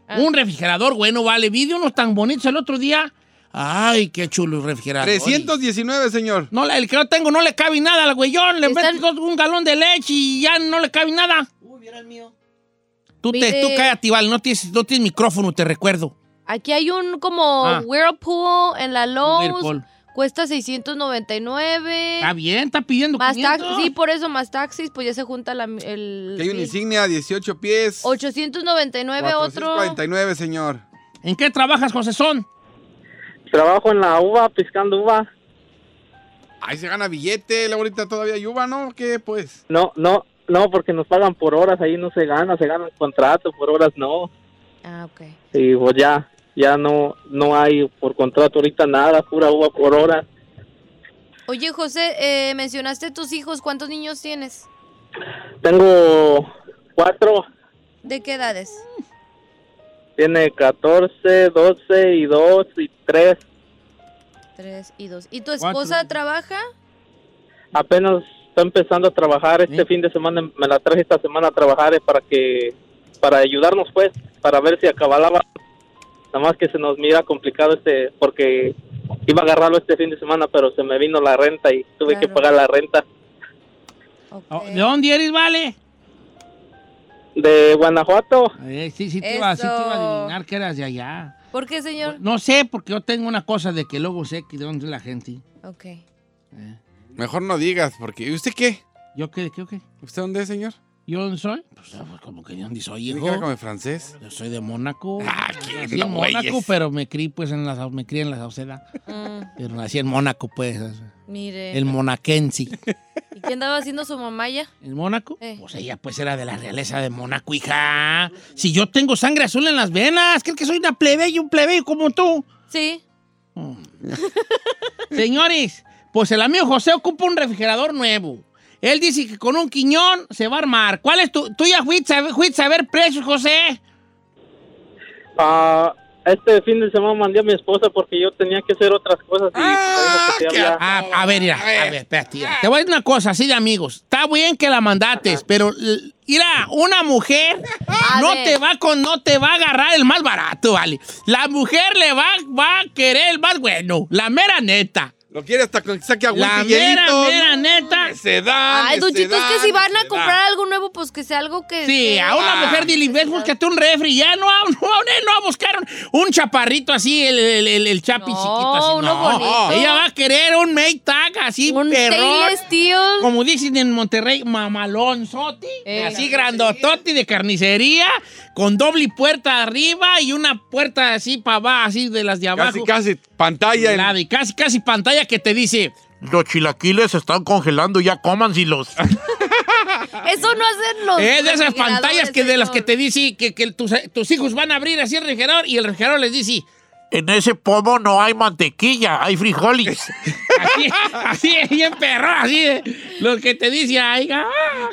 [SPEAKER 2] Ah.
[SPEAKER 1] Un refrigerador, bueno, vale. Vi de unos tan bonitos el otro día. Ay, qué chulo refrigerador.
[SPEAKER 3] 319, señor.
[SPEAKER 1] No, la- el que yo tengo no le cabe nada al güeyón. Le
[SPEAKER 2] Están-
[SPEAKER 1] metes dos- un galón de leche y ya no le cabe nada. Uy, mira el mío. Tú, te,
[SPEAKER 2] Mire.
[SPEAKER 1] tú cállate, Val. No tienes, no tienes micrófono, te recuerdo.
[SPEAKER 2] Aquí hay un como
[SPEAKER 1] Ah.
[SPEAKER 2] Whirlpool en la Lowe's.
[SPEAKER 1] Whirlpool.
[SPEAKER 2] Cuesta 699.
[SPEAKER 1] Está bien, está pidiendo
[SPEAKER 2] Más
[SPEAKER 1] 500.
[SPEAKER 2] taxis, sí, por eso más taxis, pues ya se junta la, el...
[SPEAKER 3] Que hay una
[SPEAKER 2] mil.
[SPEAKER 3] insignia, 18 pies.
[SPEAKER 2] 899 otro.
[SPEAKER 3] 449, señor.
[SPEAKER 1] ¿En qué trabajas, José Son?
[SPEAKER 8] Trabajo en la uva, piscando uva.
[SPEAKER 3] Ahí se gana billete, la ahorita todavía hay uva, ¿no? ¿Qué, pues?
[SPEAKER 8] No, no, no, porque nos pagan por horas, ahí no se gana, se gana el contrato, por horas no.
[SPEAKER 2] Ah, ok.
[SPEAKER 8] Y pues ya, ya no, no hay por contrato ahorita nada, pura uva por hora.
[SPEAKER 2] Oye, José, eh, mencionaste tus hijos. ¿Cuántos niños tienes?
[SPEAKER 8] Tengo cuatro,
[SPEAKER 2] ¿De qué edades?
[SPEAKER 8] tiene 14, 12 y 2 y 3.
[SPEAKER 2] Tres y dos. ¿Y tu
[SPEAKER 1] Cuatro.
[SPEAKER 2] esposa trabaja?
[SPEAKER 8] Apenas está empezando a trabajar este
[SPEAKER 1] Sí.
[SPEAKER 8] fin de semana, me la traje esta semana a trabajar eh, para que, para ayudarnos pues, para ver si acababa. Nada más que se nos mira complicado este, porque iba a agarrarlo este fin de semana, pero se me vino la renta y tuve que
[SPEAKER 2] Claro.
[SPEAKER 8] pagar la renta
[SPEAKER 2] Ok.
[SPEAKER 1] ¿De dónde eres, Vale?
[SPEAKER 8] de Guanajuato.
[SPEAKER 1] Eh, sí, sí te, iba, sí te iba
[SPEAKER 2] Eso.
[SPEAKER 1] a adivinar que eras de allá.
[SPEAKER 2] ¿Por qué, señor?
[SPEAKER 1] No sé, porque yo tengo una cosa de que luego sé que de dónde es la gente.
[SPEAKER 2] Ok.
[SPEAKER 1] Eh,
[SPEAKER 3] Mejor no digas, porque... ¿Y usted qué?
[SPEAKER 1] ¿Yo qué, qué, qué?
[SPEAKER 3] ¿Usted dónde es, señor?
[SPEAKER 1] ¿Yo dónde soy? Pues, ah, pues, como que de dónde soy,
[SPEAKER 3] Dije
[SPEAKER 1] hijo.
[SPEAKER 3] que era como de francés.
[SPEAKER 1] Yo soy de Mónaco.
[SPEAKER 3] Ah, ¿qué?
[SPEAKER 1] Nací
[SPEAKER 3] No,
[SPEAKER 1] en Mónaco,
[SPEAKER 3] güeyes.
[SPEAKER 1] pero me crié pues en la, sau- me crié en la Sauceda.
[SPEAKER 2] Mm,
[SPEAKER 1] Pero nací en Mónaco, pues.
[SPEAKER 2] mire.
[SPEAKER 1] El monaquense.
[SPEAKER 2] ¿Y qué andaba haciendo su mamá ya?
[SPEAKER 1] ¿En Mónaco?
[SPEAKER 2] Eh.
[SPEAKER 1] Pues ella pues era de la realeza de Mónaco, hija. Si yo tengo sangre azul en las venas, ¿crees que soy una plebeya, un plebeyo como tú?
[SPEAKER 2] Sí.
[SPEAKER 1] Señores, pues el amigo José ocupa un refrigerador nuevo. Él dice que con un quiñón se va a armar. ¿Cuál es tu, tú ya fuiste a, fuiste a ver precios, José?
[SPEAKER 8] Ah, este fin de semana mandé a mi esposa porque yo tenía que hacer otras cosas y
[SPEAKER 3] Ah,
[SPEAKER 8] me dijo que sí
[SPEAKER 3] qué
[SPEAKER 8] había-
[SPEAKER 1] Ah, a ver, mira, a ver, espérate, mira. Te voy a decir una cosa, así de amigos. Está bien que la mandates, pero l- mira, una mujer
[SPEAKER 2] A
[SPEAKER 1] no
[SPEAKER 2] ver.
[SPEAKER 1] te va con, no te va a agarrar el más barato, vale. La mujer le va, va a querer el más bueno, la mera neta.
[SPEAKER 7] Lo quiere hasta que saque agua.
[SPEAKER 1] La mera, mera neta.
[SPEAKER 7] Se da.
[SPEAKER 2] Ay, Duchito, es que si van a comprar algo nuevo, pues que sea algo que. Ah,
[SPEAKER 1] Sí,
[SPEAKER 2] que-
[SPEAKER 1] a una mujer dile, ves, búscate un refri, ya no, a- no, a- no a buscar un, un chaparrito así, el, el, el- el chapi
[SPEAKER 2] No,
[SPEAKER 1] chiquito así.
[SPEAKER 2] uno
[SPEAKER 1] no.
[SPEAKER 2] bonito.
[SPEAKER 1] ella va a querer un make tag así,
[SPEAKER 2] Un
[SPEAKER 1] perrón.
[SPEAKER 2] stainless steel.
[SPEAKER 1] Como dicen en Monterrey, mamalonzoti,
[SPEAKER 2] Eh.
[SPEAKER 1] así grandototi de carnicería, con doble puerta arriba y una puerta así para abajo, así de las de abajo.
[SPEAKER 7] Casi, casi pantalla.
[SPEAKER 1] de
[SPEAKER 7] en-
[SPEAKER 1] lado, y casi, casi pantalla que te dice,
[SPEAKER 9] Los chilaquiles se están congelando, ya cómansilos.
[SPEAKER 2] Eso no hacen los.
[SPEAKER 1] Es eh, de esas pantallas que de las que
[SPEAKER 2] refrigeradores,
[SPEAKER 1] te dice que, que tus, tus hijos van a abrir así el refrigerador y el refrigerador les dice,
[SPEAKER 9] En ese pomo no hay mantequilla, hay frijoles.
[SPEAKER 1] así, así, bien perro, así, eh, lo que te dice, ay, ah,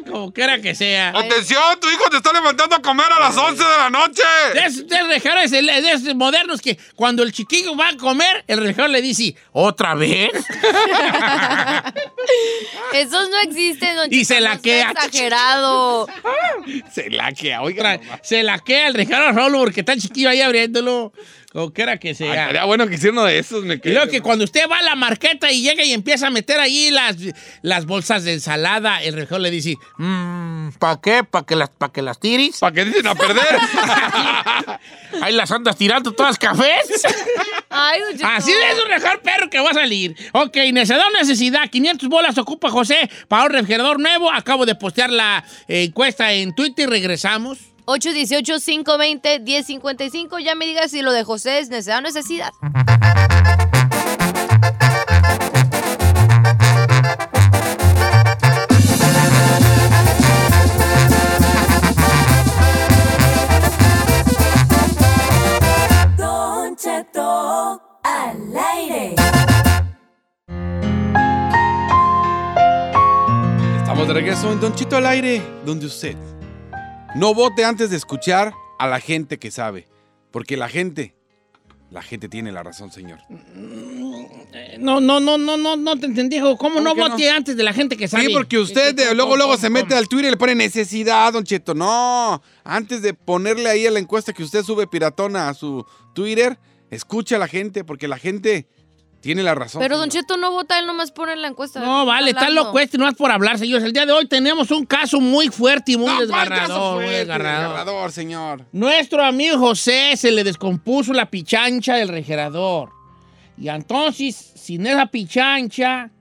[SPEAKER 1] como quiera que sea.
[SPEAKER 7] Atención, tu hijo te está levantando a comer a las 11 de la noche.
[SPEAKER 1] De esos, de esos refrigeradores el- de esos modernos que cuando el chiquillo va a comer, el refrigerador le dice,
[SPEAKER 9] ¿Otra vez?
[SPEAKER 2] señor. Esos no existen, don
[SPEAKER 1] Y
[SPEAKER 2] Chico,
[SPEAKER 1] se
[SPEAKER 2] no
[SPEAKER 1] la
[SPEAKER 2] sea
[SPEAKER 1] queda.
[SPEAKER 2] Exagerado.
[SPEAKER 7] Se laquea,
[SPEAKER 1] tra-
[SPEAKER 7] oiga. nomás.
[SPEAKER 1] se laquea el refrigerador Rolo porque está el chiquillo ahí abriéndolo, como quiera que
[SPEAKER 7] Ay,
[SPEAKER 1] sea.
[SPEAKER 7] Estaría bueno que hiciera uno de esos. Me
[SPEAKER 1] Y luego que cuando usted va a la marqueta y llega y empieza a meter ahí las, las bolsas de ensalada, el refrigerador le dice,
[SPEAKER 9] ¿Para Mm, qué? ¿Para que, las- pa' que las tiris?
[SPEAKER 7] ¿Para qué dicen a perder?
[SPEAKER 9] Ahí las andas tirando todas cafés.
[SPEAKER 2] Ay, don Chico.
[SPEAKER 1] Así Ah, es un mejor perro que va a salir. Ok, necesidad o necesidad. 500 bolas ocupa José para un refrigerador nuevo. Acabo de postear la eh, encuesta en Twitter y regresamos.
[SPEAKER 2] 818-520-1055. Ya me digas si lo de José es necesidad o necesidad.
[SPEAKER 5] Don Cheto al aire.
[SPEAKER 3] Estamos de regreso en Don Chito al aire, donde usted no vote antes de escuchar a la gente que sabe, porque la gente, la gente tiene la razón, señor.
[SPEAKER 1] Eh, No, no, no, no, no, no te entendí. hijo. ¿Cómo, no
[SPEAKER 3] que no?
[SPEAKER 1] voté antes de la gente que sabe?
[SPEAKER 3] Sí, porque usted
[SPEAKER 1] Eh,
[SPEAKER 3] de-
[SPEAKER 1] ¿cómo,
[SPEAKER 3] luego luego
[SPEAKER 1] cómo,
[SPEAKER 3] se mete
[SPEAKER 1] cómo?
[SPEAKER 3] al Twitter y le pone necesidad, Don Cheto. No, antes de ponerle ahí a la encuesta que usted sube piratona a su Twitter, escuche a la gente, porque la gente tiene la razón.
[SPEAKER 2] Pero Don
[SPEAKER 3] señor.
[SPEAKER 2] Cheto no vota, él nomás pone en la encuesta.
[SPEAKER 1] No, vale, está
[SPEAKER 2] Hablando.
[SPEAKER 1] loco este, no es por hablar, señores. El día de hoy tenemos un caso muy fuerte y muy
[SPEAKER 3] No, ¿cuál caso
[SPEAKER 1] desgarrador.
[SPEAKER 3] fue
[SPEAKER 1] muy
[SPEAKER 3] este
[SPEAKER 1] desgarrador.
[SPEAKER 3] desgarrador, señor.
[SPEAKER 1] Nuestro amigo José se le descompuso la pichancha del refrigerador. Y entonces, sin esa pichancha,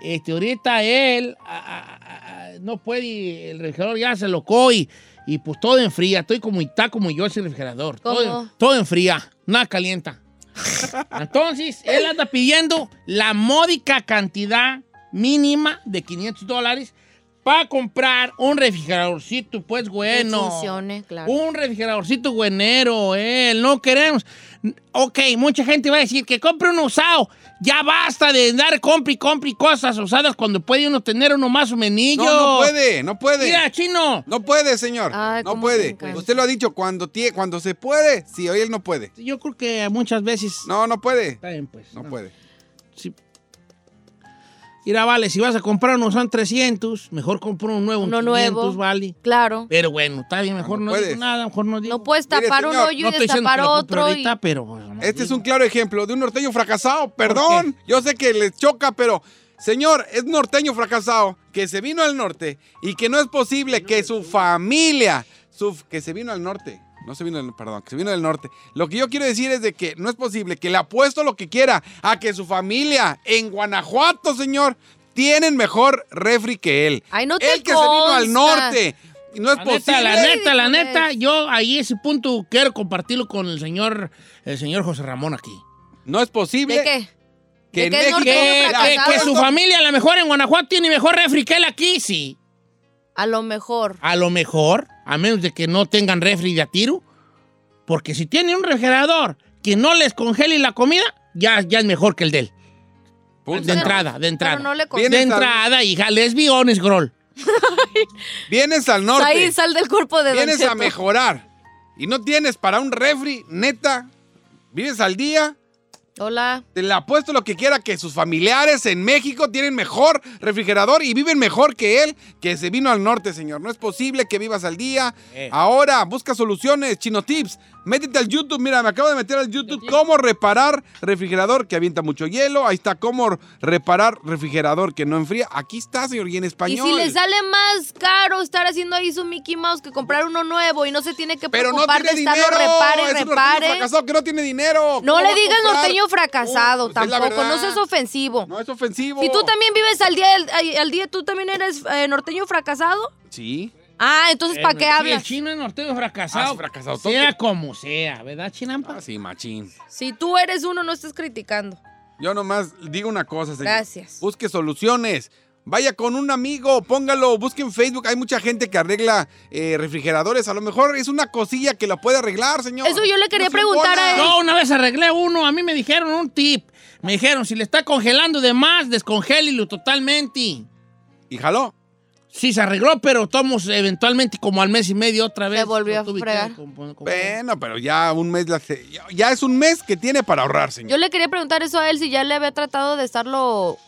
[SPEAKER 1] este, ahorita él a- a- a- a- no puede, el refrigerador ya se locó y, y pues todo enfría. Estoy como está como yo ese refrigerador. Todo,
[SPEAKER 2] ¿Cómo?
[SPEAKER 1] todo enfría, nada calienta. Entonces, él anda pidiendo la módica cantidad mínima de 500 dólares para comprar un refrigeradorcito, pues
[SPEAKER 2] Que
[SPEAKER 1] bueno.
[SPEAKER 2] funcione, claro.
[SPEAKER 1] Un refrigeradorcito güenero, él. No queremos. Ok, mucha gente va a decir que compre un usado. Ya basta de andar compre y compre y cosas usadas cuando puede uno tener uno más o menillo.
[SPEAKER 3] No, no puede, no puede.
[SPEAKER 1] Mira, chino.
[SPEAKER 3] No puede, señor.
[SPEAKER 2] Ay,
[SPEAKER 3] no
[SPEAKER 2] cómo me
[SPEAKER 3] puede.
[SPEAKER 2] encanta.
[SPEAKER 3] Usted lo ha dicho, cuando, tie- cuando se puede, sí, hoy él no puede.
[SPEAKER 1] Yo creo que muchas veces.
[SPEAKER 3] No, no puede.
[SPEAKER 1] Está bien, pues.
[SPEAKER 3] No
[SPEAKER 1] no.
[SPEAKER 3] puede.
[SPEAKER 1] Mira, vale, si vas a comprar uno son 300, mejor compra un nuevo. un
[SPEAKER 2] Uno
[SPEAKER 1] 500,
[SPEAKER 2] nuevo.
[SPEAKER 1] vale.
[SPEAKER 2] Claro.
[SPEAKER 1] Pero bueno, está bien, mejor
[SPEAKER 3] No
[SPEAKER 1] no,
[SPEAKER 3] puedes.
[SPEAKER 1] digo nada, mejor no digo.
[SPEAKER 2] No puedes
[SPEAKER 3] Mire,
[SPEAKER 2] tapar un
[SPEAKER 3] señor,
[SPEAKER 2] hoyo
[SPEAKER 1] No
[SPEAKER 2] y
[SPEAKER 1] estoy diciendo que
[SPEAKER 2] destapar
[SPEAKER 1] lo compre
[SPEAKER 2] otro. y-
[SPEAKER 1] ahorita, pero. pues, nomás
[SPEAKER 3] Este es
[SPEAKER 1] digo.
[SPEAKER 3] un claro ejemplo de un norteño fracasado. Perdón, yo sé que les choca, pero señor, es norteño fracasado que se vino al norte y que no es posible que su familia, su, que se vino al norte. No se vino, al- perdón, que se vino del norte. Lo que yo quiero decir es de que no es posible que le apuesto lo que quiera a que su familia en Guanajuato, señor, tienen mejor refri que él.
[SPEAKER 2] Ay, no te
[SPEAKER 3] él que se vino al
[SPEAKER 2] consta.
[SPEAKER 3] norte. y No es
[SPEAKER 1] La
[SPEAKER 3] posible.
[SPEAKER 1] neta, la neta, la
[SPEAKER 2] Ridículo
[SPEAKER 1] neta,
[SPEAKER 2] es.
[SPEAKER 1] yo ahí ese punto quiero compartirlo con el señor, el señor José Ramón aquí.
[SPEAKER 3] No es posible
[SPEAKER 2] ¿De qué?
[SPEAKER 3] que
[SPEAKER 2] ¿De
[SPEAKER 3] en
[SPEAKER 2] qué es
[SPEAKER 3] México.
[SPEAKER 1] Que,
[SPEAKER 2] norteño
[SPEAKER 1] que-
[SPEAKER 2] fracasado?
[SPEAKER 1] que su familia a lo mejor en Guanajuato tiene mejor refri que él aquí, sí.
[SPEAKER 2] A lo mejor.
[SPEAKER 1] A lo mejor, a menos de que no tengan refri de a tiro. Porque si tienen un refrigerador que no les congele la comida, ya, ya es mejor que el de él.
[SPEAKER 3] Punto.
[SPEAKER 1] De entrada, de entrada.
[SPEAKER 2] Pero no le
[SPEAKER 3] Viene-
[SPEAKER 2] consta.
[SPEAKER 1] de entrada, hija, lesbiones, Grol.
[SPEAKER 3] Vienes al norte.
[SPEAKER 2] Ahí sal del cuerpo de Don
[SPEAKER 3] Vienes
[SPEAKER 2] Cheto.
[SPEAKER 3] a mejorar y no tienes para un refri, neta. Vives al día.
[SPEAKER 2] Hola.
[SPEAKER 3] Te le apuesto lo que quiera que sus familiares en México tienen mejor refrigerador y viven mejor que él que se vino al norte, señor. No es posible que vivas al día.
[SPEAKER 1] Eh.
[SPEAKER 3] Ahora busca soluciones, Chino Tips. Métete al YouTube, mira, me acabo de meter al YouTube. ¿Cómo reparar refrigerador que avienta mucho hielo? Ahí está, cómo reparar refrigerador que no enfría. Aquí está, señor, y en
[SPEAKER 2] Y
[SPEAKER 3] español.
[SPEAKER 2] si le sale más caro estar haciendo ahí su Mickey Mouse que comprar uno nuevo y no se tiene que
[SPEAKER 3] Pero no
[SPEAKER 2] preocupar
[SPEAKER 3] tiene
[SPEAKER 2] de estarlo
[SPEAKER 3] dinero.
[SPEAKER 2] repare,
[SPEAKER 3] es un norteño
[SPEAKER 2] repare.
[SPEAKER 3] fracasado que no tiene
[SPEAKER 2] No
[SPEAKER 3] dinero. ¿Cómo va
[SPEAKER 2] le
[SPEAKER 3] a
[SPEAKER 2] digas
[SPEAKER 3] comprar?
[SPEAKER 2] norteño fracasado
[SPEAKER 3] Uh, pues es la
[SPEAKER 2] tampoco, no
[SPEAKER 3] verdad.
[SPEAKER 2] seas ofensivo.
[SPEAKER 3] No es ofensivo.
[SPEAKER 2] Si tú también vives al día, del- ay, al, día tú también eres eh, norteño fracasado.
[SPEAKER 3] Sí.
[SPEAKER 2] Ah,
[SPEAKER 3] Eh,
[SPEAKER 2] entonces ¿para qué
[SPEAKER 1] Sí,
[SPEAKER 2] hablas?
[SPEAKER 1] El chino es norteño
[SPEAKER 3] Ah,
[SPEAKER 1] fracasado.
[SPEAKER 3] es fracasado,
[SPEAKER 1] sea
[SPEAKER 3] tonto.
[SPEAKER 1] como sea, ¿verdad, Chinampa?
[SPEAKER 3] Ah, sí, machín.
[SPEAKER 2] Si tú eres uno, no estés criticando.
[SPEAKER 3] Yo nomás digo una cosa, señor.
[SPEAKER 2] Gracias.
[SPEAKER 3] Busque soluciones. Vaya con un amigo, póngalo, busque en Facebook. Hay mucha gente que arregla eh, refrigeradores. A lo mejor es una cosilla que la puede arreglar, señor.
[SPEAKER 2] Eso yo le quería
[SPEAKER 3] se
[SPEAKER 2] preguntar a
[SPEAKER 3] impone.
[SPEAKER 2] él.
[SPEAKER 1] Yo una vez arreglé uno, a mí me dijeron un tip. Me dijeron, si le está congelando de más, descongélilo totalmente.
[SPEAKER 3] Y jaló.
[SPEAKER 1] Sí, se arregló, pero tomos eventualmente como al mes y medio otra vez.
[SPEAKER 2] volvió
[SPEAKER 1] lo
[SPEAKER 2] a
[SPEAKER 1] tuve que
[SPEAKER 2] fregar.
[SPEAKER 1] compo- compo-
[SPEAKER 3] Bueno, pero ya un mes, la- ya- ya es un mes que tiene para ahorrar,
[SPEAKER 2] Yo
[SPEAKER 3] señor.
[SPEAKER 2] le quería preguntar eso a él si ya le había tratado de estarlo,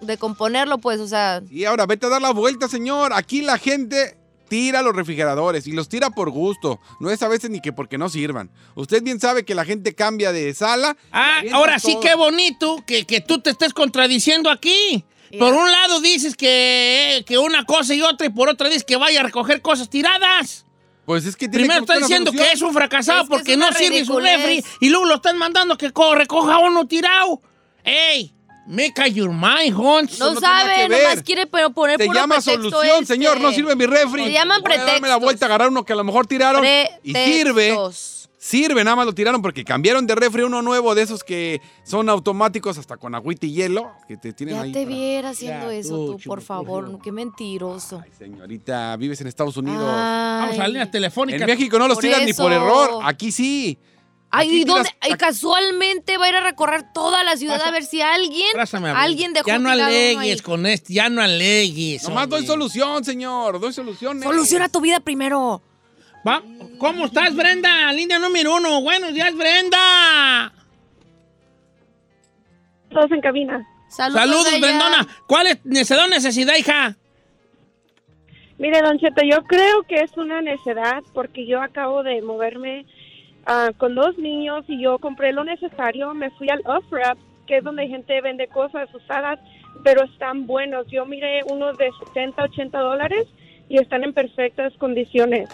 [SPEAKER 2] de componerlo, pues, o sea,
[SPEAKER 3] Y ahora vete a dar la vuelta, señor. Aquí la gente tira los refrigeradores y los tira por gusto. No es a veces ni que porque no sirvan. Usted bien sabe que la gente cambia de sala.
[SPEAKER 1] Ah,
[SPEAKER 3] y
[SPEAKER 1] ahora
[SPEAKER 3] avienta
[SPEAKER 1] sí,
[SPEAKER 3] todo.
[SPEAKER 1] qué bonito que, que tú te estés contradiciendo aquí. Por un lado dices que, que una cosa y otra, y por otra dices que vaya a recoger cosas tiradas.
[SPEAKER 3] Pues es que tiene
[SPEAKER 1] Primero
[SPEAKER 3] que buscar
[SPEAKER 1] están
[SPEAKER 3] una
[SPEAKER 1] diciendo que
[SPEAKER 3] solución.
[SPEAKER 1] es un fracasado
[SPEAKER 2] Es que
[SPEAKER 1] porque
[SPEAKER 2] es
[SPEAKER 1] no
[SPEAKER 2] una
[SPEAKER 1] sirve su
[SPEAKER 2] ridiculez.
[SPEAKER 1] refri y luego lo están mandando que co- recoja uno tirado. ¡Ey! Make up your mind, Hons.
[SPEAKER 2] no,
[SPEAKER 3] no tiene
[SPEAKER 2] sabe,
[SPEAKER 3] nada que
[SPEAKER 2] nomás
[SPEAKER 3] ver.
[SPEAKER 2] quiere pero poner
[SPEAKER 3] Te
[SPEAKER 2] puro
[SPEAKER 3] llama
[SPEAKER 2] pretexto
[SPEAKER 3] solución,
[SPEAKER 2] este.
[SPEAKER 3] señor. No sirve mi refri.
[SPEAKER 2] Te llaman
[SPEAKER 3] Voy a darme la
[SPEAKER 2] pretextos.
[SPEAKER 3] vuelta, agarrar uno que a lo mejor tiraron. Y sirve.
[SPEAKER 2] Pretextos.
[SPEAKER 3] Sirve, nada más lo tiraron porque cambiaron de refri a uno nuevo de esos que son automáticos hasta con agüita y hielo. Que te tienen
[SPEAKER 2] Ya
[SPEAKER 3] ahí.
[SPEAKER 2] te
[SPEAKER 3] para-
[SPEAKER 2] viera haciendo
[SPEAKER 1] Ya,
[SPEAKER 2] eso
[SPEAKER 1] tú,
[SPEAKER 2] tú, por
[SPEAKER 1] chimocujo.
[SPEAKER 2] favor, qué mentiroso.
[SPEAKER 3] Ay, señorita, vives en Estados Unidos.
[SPEAKER 2] Ah,
[SPEAKER 1] Vamos a la línea telefónica.
[SPEAKER 3] en México no los
[SPEAKER 2] por
[SPEAKER 3] tiran ni por
[SPEAKER 2] eso.
[SPEAKER 3] error. Aquí sí.
[SPEAKER 2] Ay,
[SPEAKER 3] Aquí
[SPEAKER 2] ¿y dónde?
[SPEAKER 3] tiras-
[SPEAKER 2] Y casualmente va a ir a recorrer toda la ciudad a ver si alguien,
[SPEAKER 1] Abrázame, abuelo.
[SPEAKER 2] alguien dejó
[SPEAKER 1] Ya no
[SPEAKER 2] tirado uno ahí.
[SPEAKER 1] alegues con este, ya no alegues.
[SPEAKER 3] Nomás doy
[SPEAKER 1] hombre.
[SPEAKER 3] solución, señor. Doy soluciones.
[SPEAKER 2] Soluciona tu vida primero.
[SPEAKER 1] Va- ¿Cómo estás, Brenda? Línea número uno. Buenos días, Brenda.
[SPEAKER 10] Todos en cabina.
[SPEAKER 2] Saludos,
[SPEAKER 1] Saludos,
[SPEAKER 2] Bella.
[SPEAKER 1] Brendona. ¿Cuál es necesidad, necesidad, hija?
[SPEAKER 10] Mire, Don Cheto, yo creo que es una necedad porque yo acabo de moverme ah, con dos niños y yo compré lo necesario. Me fui al Off-Wrap, que es donde gente vende cosas usadas, pero están buenos. Yo miré unos de 70, 80 dólares y están en perfectas condiciones.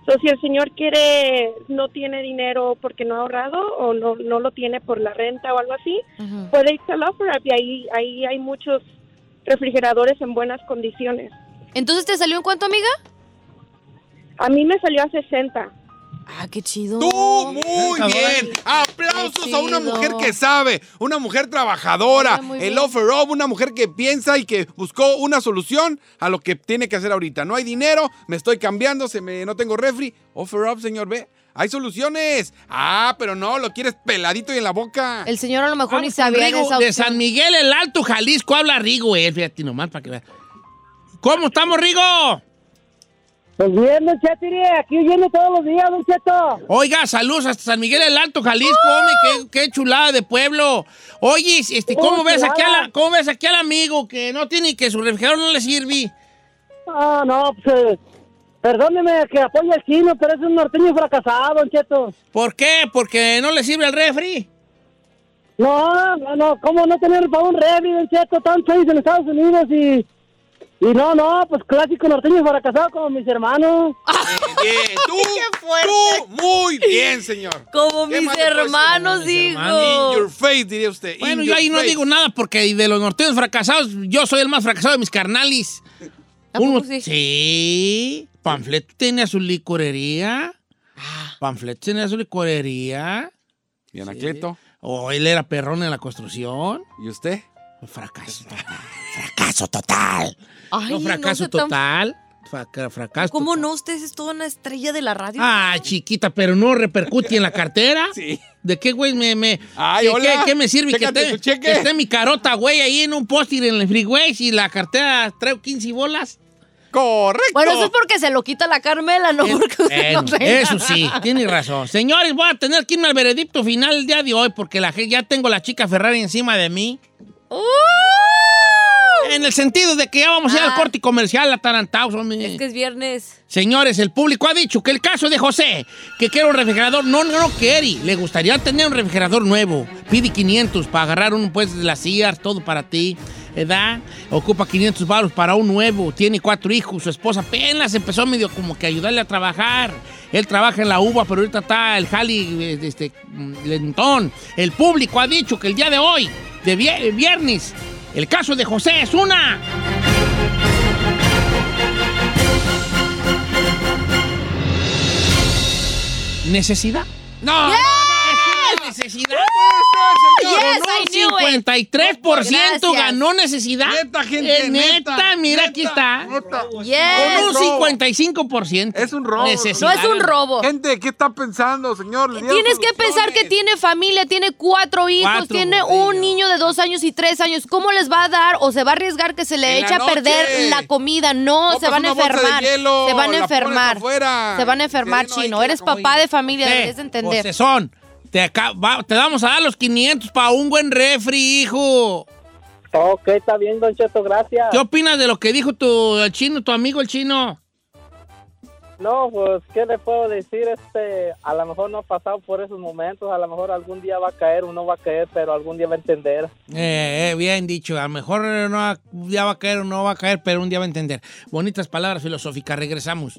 [SPEAKER 10] Entonces, si el señor quiere, no tiene dinero porque no ha ahorrado o no, no lo tiene por la renta o algo así,
[SPEAKER 2] Ujú.
[SPEAKER 10] puede irse al Off-Wrap y ahí, ahí hay muchos refrigeradores en buenas condiciones.
[SPEAKER 2] Entonces, ¿te salió en cuánto, amiga?
[SPEAKER 10] A mí me salió a 60.
[SPEAKER 2] Ah, qué chido.
[SPEAKER 3] Tú, muy
[SPEAKER 1] Cabrón.
[SPEAKER 3] bien. Aplausos a una
[SPEAKER 2] Chido.
[SPEAKER 3] mujer que sabe, una mujer trabajadora,
[SPEAKER 2] Muy bien.
[SPEAKER 3] el offer up, una mujer que piensa y que buscó una solución a lo que tiene que hacer ahorita. No hay dinero, me estoy cambiando, se me, no tengo refri. Offer up, señor, ve. Hay soluciones. Ah, pero no, lo quieres peladito y en la boca.
[SPEAKER 2] El señor a lo mejor ni
[SPEAKER 1] Vamos con
[SPEAKER 2] sabía de
[SPEAKER 1] Rigo
[SPEAKER 2] esa
[SPEAKER 1] Ah, pues, de
[SPEAKER 2] opción.
[SPEAKER 1] San Miguel, el Alto Jalisco. Habla Rigo, eh. Fíjate nomás para que veas. ¿Cómo estamos, Rigo?
[SPEAKER 8] Pues bien, Don Chetiri, aquí huyendo todos los días, Don Cheto.
[SPEAKER 1] Oiga, saludos hasta San Miguel, el Alto Jalisco.
[SPEAKER 2] ¡Ah!
[SPEAKER 1] Hombre, qué, qué chulada de pueblo. Oye, este, ¿cómo,
[SPEAKER 8] Oh,
[SPEAKER 1] ves aquí a la-
[SPEAKER 8] chulada.
[SPEAKER 1] ¿cómo ves aquí al amigo que no tiene que su refrigerador no le sirve?
[SPEAKER 8] Ah, no, pues, eh, perdóneme que apoye al chino, pero es un norteño fracasado, Don Cheto.
[SPEAKER 1] ¿Por qué? Porque no le sirve el refri.
[SPEAKER 8] No, no, no, ¿cómo no tener para un refri, Don Cheto? Tan feliz en Estados Unidos y... Y no, no, pues clásico norteño fracasado como mis hermanos.
[SPEAKER 3] Bien, Eh, tú, tú, muy bien, señor.
[SPEAKER 2] Como
[SPEAKER 3] ¿Qué
[SPEAKER 2] mis
[SPEAKER 3] más le puedes
[SPEAKER 2] hermanos,
[SPEAKER 1] decir?
[SPEAKER 2] digo.
[SPEAKER 1] Como mis hermanos.
[SPEAKER 3] In your face, diría usted.
[SPEAKER 1] Bueno,
[SPEAKER 3] in
[SPEAKER 1] yo
[SPEAKER 3] your
[SPEAKER 1] ahí no
[SPEAKER 3] face.
[SPEAKER 1] digo nada porque de los norteños fracasados, yo soy el más fracasado de mis carnalis.
[SPEAKER 2] ¿A poco
[SPEAKER 1] Uno-
[SPEAKER 2] sí?
[SPEAKER 1] sí. Panfleto tenía su licorería.
[SPEAKER 2] Ah.
[SPEAKER 1] Panfleto tenía su licorería.
[SPEAKER 3] Y Anacleto,
[SPEAKER 1] O él era perrón en la construcción.
[SPEAKER 3] ¿y usted?
[SPEAKER 1] Fracaso total. Fracaso total.
[SPEAKER 2] Ay,
[SPEAKER 1] No,
[SPEAKER 2] no
[SPEAKER 1] fracaso
[SPEAKER 2] sé tan-
[SPEAKER 1] total. Fraca- fracaso
[SPEAKER 2] ¿Cómo
[SPEAKER 1] total.
[SPEAKER 2] no? Usted es toda una estrella de la radio.
[SPEAKER 1] Ah, chiquita, pero no repercute en la cartera.
[SPEAKER 3] Sí.
[SPEAKER 1] ¿De qué, güey? Me, me,
[SPEAKER 3] Ay,
[SPEAKER 1] ¿qué,
[SPEAKER 3] hola.
[SPEAKER 1] qué- qué me sirve que,
[SPEAKER 3] Chécate
[SPEAKER 1] esté-
[SPEAKER 3] tu cheque.
[SPEAKER 1] que esté mi carota, güey, ahí en un post en el freeway y la cartera traigo 15 bolas?
[SPEAKER 3] Correcto.
[SPEAKER 2] Bueno, eso pues, es porque se lo quita la Carmela, no porque usted
[SPEAKER 1] Eh, Bueno,
[SPEAKER 2] no tenga.
[SPEAKER 1] eso sí, tiene razón. Señores, voy a tener que irme al veredicto final el día de hoy porque la, je- ya tengo la chica Ferrari encima de mí.
[SPEAKER 2] ¡Uh!
[SPEAKER 1] En en el sentido de que ya vamos a
[SPEAKER 2] Ah.
[SPEAKER 1] ir al corte comercial, atarantados, hombre.
[SPEAKER 2] Es que es viernes.
[SPEAKER 1] Señores, el público ha dicho que el caso de José, que quiere un refrigerador, no, no, no quiere. Le gustaría tener un refrigerador nuevo. Pide 500 para agarrar uno, pues, de las sillas, todo para ti. ¿Edad? Ocupa 500 baros para un nuevo. Tiene cuatro hijos. Su esposa apenas empezó medio como que a ayudarle a trabajar. Él trabaja en la uva, pero ahorita está el jali eh, este, mm, lentón. El público ha dicho que el día de hoy, de vie- viernes, el caso de José es una. ¿Necesidad? No, no, no, es una necesidad.
[SPEAKER 2] Yes,
[SPEAKER 1] Ganó
[SPEAKER 2] I knew it.
[SPEAKER 1] 53%
[SPEAKER 2] Gracias.
[SPEAKER 1] ganó necesidad. Neta, gente. neta, mira, aquí está.
[SPEAKER 2] Yes.
[SPEAKER 1] Con un 55%. Es un robo.
[SPEAKER 2] No es un robo.
[SPEAKER 7] Gente, ¿qué está pensando, señor? Le dieron
[SPEAKER 2] Tienes que pensar que tiene familia, tiene cuatro hijos,
[SPEAKER 1] Cuatro,
[SPEAKER 2] tiene un niño de dos años y tres años. ¿Cómo les va a dar o se va a arriesgar que se le
[SPEAKER 7] En la
[SPEAKER 2] eche a perder
[SPEAKER 7] noche.
[SPEAKER 2] la comida? No, se
[SPEAKER 7] Compras
[SPEAKER 2] van
[SPEAKER 7] una
[SPEAKER 2] a
[SPEAKER 7] bolsa de
[SPEAKER 2] enfermar.
[SPEAKER 7] hielo,
[SPEAKER 2] se van a
[SPEAKER 7] la pones
[SPEAKER 2] enfermar.
[SPEAKER 7] afuera.
[SPEAKER 2] Se van a enfermar,
[SPEAKER 7] Sí, no, ahí
[SPEAKER 2] chino.
[SPEAKER 7] queda
[SPEAKER 2] Eres
[SPEAKER 7] como
[SPEAKER 2] papá
[SPEAKER 7] ahí.
[SPEAKER 2] de familia,
[SPEAKER 1] Sí, Pues
[SPEAKER 2] debes de entender.
[SPEAKER 1] posesón. Eh, Te, acá- va- te vamos a dar los 500 para un buen refri, hijo.
[SPEAKER 8] Ok, está bien, Don Cheto, gracias.
[SPEAKER 1] ¿Qué opinas de lo que dijo tu el chino, tu amigo el chino?
[SPEAKER 8] No, pues, ¿qué le puedo decir? Este, a lo mejor no ha pasado por esos momentos, a lo mejor algún día va a caer o no va a caer, pero algún día va a entender.
[SPEAKER 1] Eh, eh, bien dicho, a lo mejor no va- ya va a caer o no va a caer, pero un día va a entender. Bonitas palabras filosóficas, regresamos.